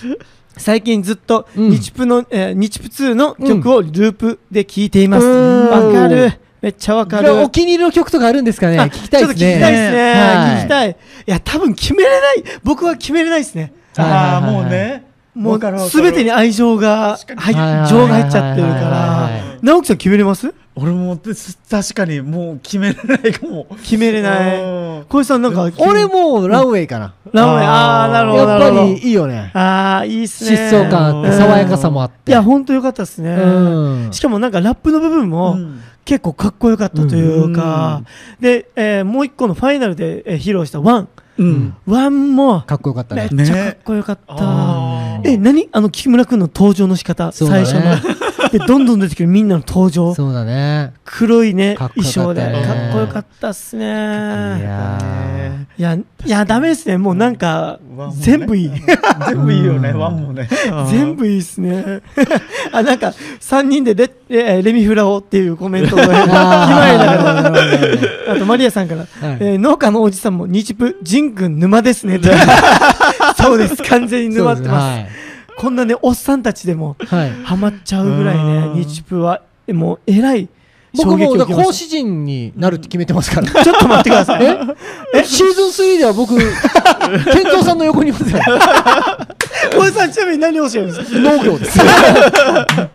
A: 最近ずっと、
B: うん
A: 日プの、えー日プ2の曲をループで聴いています。
B: うん
A: わかる。めっちゃわかる。
B: お気に入りの曲とかあるんですかね
A: あ
B: 聞きたいですね。
A: ちょっと聞きたいですね。
B: はい
A: 聞きたい。いや、多分決めれない。僕は決めれないですね。
C: ああ、
B: はい
C: も
B: はいはいは
C: う
B: い
C: ね。
A: も
C: わかる
A: う、
C: わかる
A: すべてに愛情が入っ、
C: 確
B: かに
A: 情が入っちゃってるか
B: はいはいはいはい
A: ら。直樹さん決めれます
C: 俺も、です確かに、もう決められないかも。
A: 決めれない。
C: うん
A: 小石さんなんか、
B: 俺、もうランウェイかな。
A: ラーメン、ああ、なるほ
B: や
A: ど。な
B: っ
A: る
B: ぱ
A: ほど
B: りいいよね。
A: ああ、いいっすね。
B: 疾走感あって、
A: うん
B: 爽やかさもあっ
A: い
B: て。
A: や、ほんとよかったですね。
B: うん
A: しかもなんかラップの部分
C: う
A: も
C: ん
A: 結構かっこよかったというか、で、えーもう一個のファイナルでえー披露したワン。
C: うん。
A: ワンも、
B: かっこよかった
A: めっ
B: ね。
A: ちゃかっこよかった。
C: あー
A: え、何あの、木村君の登場の仕方、
B: そうだ
A: 最
B: ね
A: 初の。で、どんどん出てくるみんなの登場。
B: そうだね。
A: 黒いね、
B: かっこ
A: 衣装
B: よかっ
A: で。
B: たよね
A: かっこよかったっす
B: い
A: ね。
B: や
A: いや、いや、ダメですね。もうなんか
C: ワンも、ね
A: 全部いい。
C: 全部いいよね、ワンもね。
A: 全部いいっすね。 あ、なんか、3人でレ、レレミフラをっていうコメン トが、今やだから。あ と、マリアさんから、
B: い
A: えー農家のおじさんも、日プ、ジン君沼です ねって。そうです。完全に沼ってます。こんなね、おっさんたちでも、
B: す。はい。はい
A: ハマっちゃうぐらいね
C: う、ん
A: 日プは、えもう、えらい衝撃
B: 僕も
A: を
B: う
A: 受
B: だ
A: け
B: から
A: ま
B: 講
A: し
B: 師陣になるって決めてますから。
A: た。ちょっと待ってください。
B: えシーズン3では 僕、健三さんの横にいますよ。
A: 小江さん、ちなみに何を教えるんです
B: 農業です。
A: か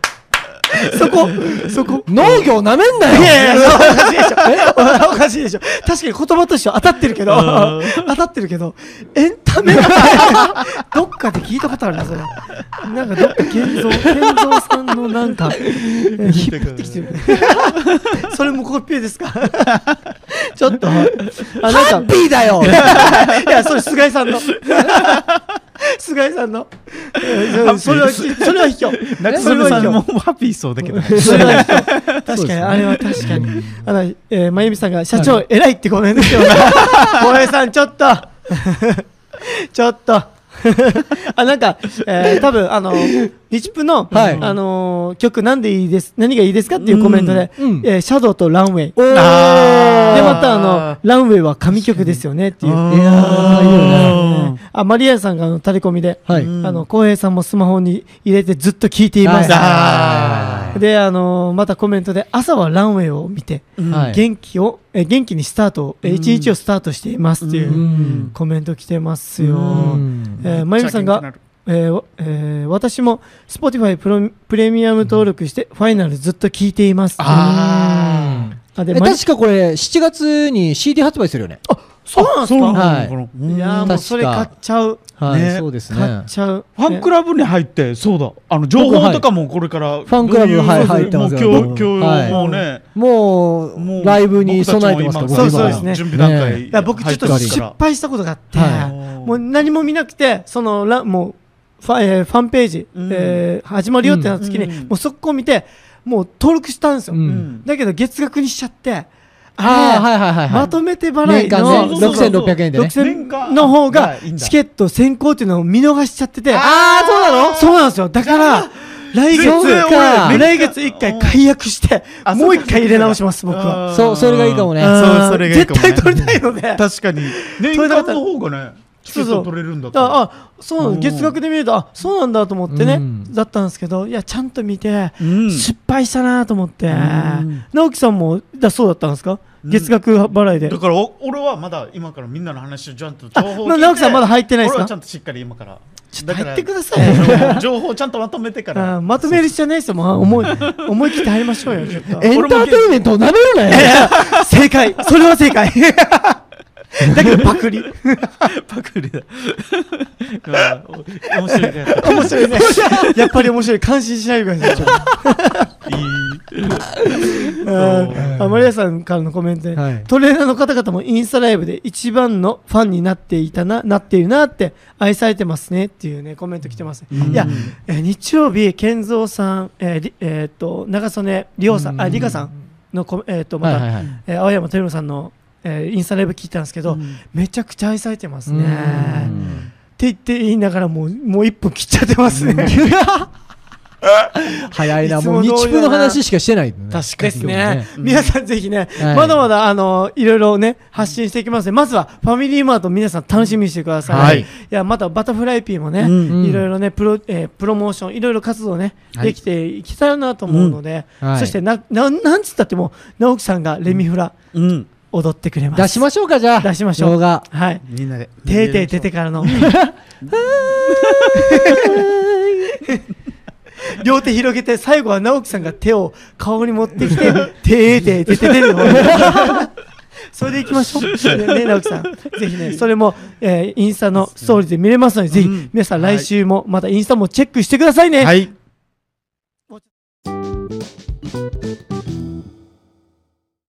A: そこ、そこ。
B: 農業なめんないよ
A: やいや、おかしいでしょ。おかしいでしょ。確かに言葉としては当たってるけど、当たってるけど、エンタメって、どっかで聞いたことあるな、それ。なんかどっか、健三、健三さんのなんか、引っ張ってきてる。それもコピーですかちょっと、あ、
B: ハ
A: なん
B: ッ
A: か、
B: ピーだよ
A: いや、それ菅井さんの。菅井さんの。えーそれは、それは卑怯。
C: 中曽さんもハッピーそうだけどね。
A: それは卑怯確
B: そう
A: か
B: です
A: に、
B: ね
A: あれは確かに。あの、えー、まゆみさんが、社長、偉いってコメント してます。小林さん、ちょっと ちょっと あ、なんか、えー、多分あの、日プの、
B: はい
A: あのー曲、なんでいいです、何がいいですかっていうコメントで、
B: うんうん
A: えーシャドウとランウェイ。で、
C: あー
A: また、あの、ランウェイは神曲ですよねっていう。
C: あ
B: いやーいいよね
A: ねあ、マリアさんがあの垂れ込みで、
B: はい
A: あの、浩平さんもスマホに入れてずっと聞いています。
C: あー
A: で、あのーまたコメントで、朝はランウェイを見て、
B: はい
A: 元気を、え元気にスタートを、え一日をスタートしていますっていううんコメント来てますよ。
B: うん
A: えーまゆみさんが、えーわえー私も Spotify プロプレミアム登録して、ファイナルずっと聞いています。
C: あ
A: あで
B: え
A: まゆみ
B: 確かこれ、7月に CD 発売するよね。
A: そうなんです
C: そう
A: か
C: なのかない
A: やーもうそれ買っちゃう。
B: はい、
C: ね
B: そうです
A: 買
B: ね
A: っ。ちゃう。
C: ファンク
A: ラ
C: ラブに入って、そうだ、あの情報とかもこれから、
B: ァンクラブ
C: どういう
B: はい入ってますよ
C: もう
B: 僕
C: 今日、今日もうね、
B: も
C: も
B: う、
C: う
B: ライブに備えてますから、
A: た
C: 僕
A: ちも今そう
B: 僕今
A: そうですね
C: 準備段階
B: ね
A: ブ僕ちょっと
C: 入てます
A: 失
C: から
A: 敗したことがあって、
B: はい
A: もう何も見なくて、そのラ、もう、ファ,、えーファンページ、
C: うん
A: えー始まるよってなった時に、
C: う
A: も
C: ん
A: う速攻見てもう登録したんですよ、
B: うん
C: うん
A: だけど月額にしちゃって
B: ああ、
A: あ
B: はいはいはい
A: れ
B: はい。
A: まとめて払
B: 年
A: い
B: 間
A: の
B: ね、
C: そうそうそう
B: 6600円でね。
A: 6000の方が
C: いいんだ
A: チケット先行っていうのを見逃しちゃってて
B: あーそうなの
A: そうなんですよだから来
C: 全
A: 月
C: 然
B: そうか
C: 俺
A: 来月一回解約して
C: あ
A: もう一回入れ直します僕は
C: あー
B: そうそれがいいかもね
C: うん
A: あー
C: そうそれがいいかもね
A: 絶対取りたいので
C: 確かに年間の方がねチケ
A: そう
C: ッ
A: そう
C: ト取れるんだったら
A: ああそうな
C: うん
A: の月額で見るとあそうなんだと思ってね、
B: うん
A: だったんですけどいやちゃんと見て、
C: うん
A: 失敗したなと思って、
C: ん
A: 直樹さんもだそうだったんですか、
C: うん
A: 月額払いで
C: だからお俺はまだ今からみんなの話をちゃんと情報を聞いて
A: あな直樹さんまだ入ってないですか
C: 俺はちゃんとしっかり今から
A: ちょっと
C: だから
A: 入ってくださいよ
C: 情報をちゃんとまとめてか
A: あ
C: ら
A: ーまとめる必要ないですよ、もう思 い思い切って入りましょうよちょっと
B: エンターテインメントをなめるなよ。
A: 正解それは正 解だけどパクリ
C: パクリだあーお面白いね
A: 面白いね やっぱり面白い感心しないでくださいちょっと
C: いい
A: うんあマリアさんからのコメントで、
B: はい
A: トレーナーの方々もインスタライブで一番のファンになっていたななっているなって愛されてますねっていうねコメント来てます、
C: うん
A: いや、えー日曜日健三さん、えーりえーっと長曽根理央さん、あ
B: うん
A: 理香さんのコメえーっとま
B: はい
A: た、
B: はいはい。
A: えー青山テルさんの、えーインスタライブ聞いたんですけど、
C: うん
A: めちゃくちゃ愛されてます
B: う
A: ねっ
B: ん
A: て言って言いながらもうもう一分切っちゃってますね、
B: 早いな、
A: いつも
B: もう
A: 通りだな
B: 日分の話しかしてないね。
A: 確かです
B: 今日
A: ね。
B: も
A: 皆さんぜひね、
B: はい
A: まだまだあのいろいろね発信していきますね。まずはファミリーマート皆さん楽しみにしてください。、
C: はいい
A: やまたバタフライピーもね、
C: うん
A: いろいろねプロ、えープロモーションいろいろ活動ね、
C: はい
A: できていけたらなと思うので、
B: うんはい
A: そしてなななんつったっても直樹さんがレミフラ
C: うん
A: 踊ってくれます。
B: 出しましょうか、じゃあ。
A: 出しましょう
B: 動画。
A: はい。
C: みんなで
A: てーてー出てからの両手広げて最後は直樹さんが手を顔に持ってきて「てーてーてててるのそれでいきましょうねね直樹さんぜひねそれも、えーインスタのストーリーで見れますので、ぜ
C: う
A: ひ
C: ん
A: 皆さん来週もまたインスタもチェックしてくださいね、
C: はい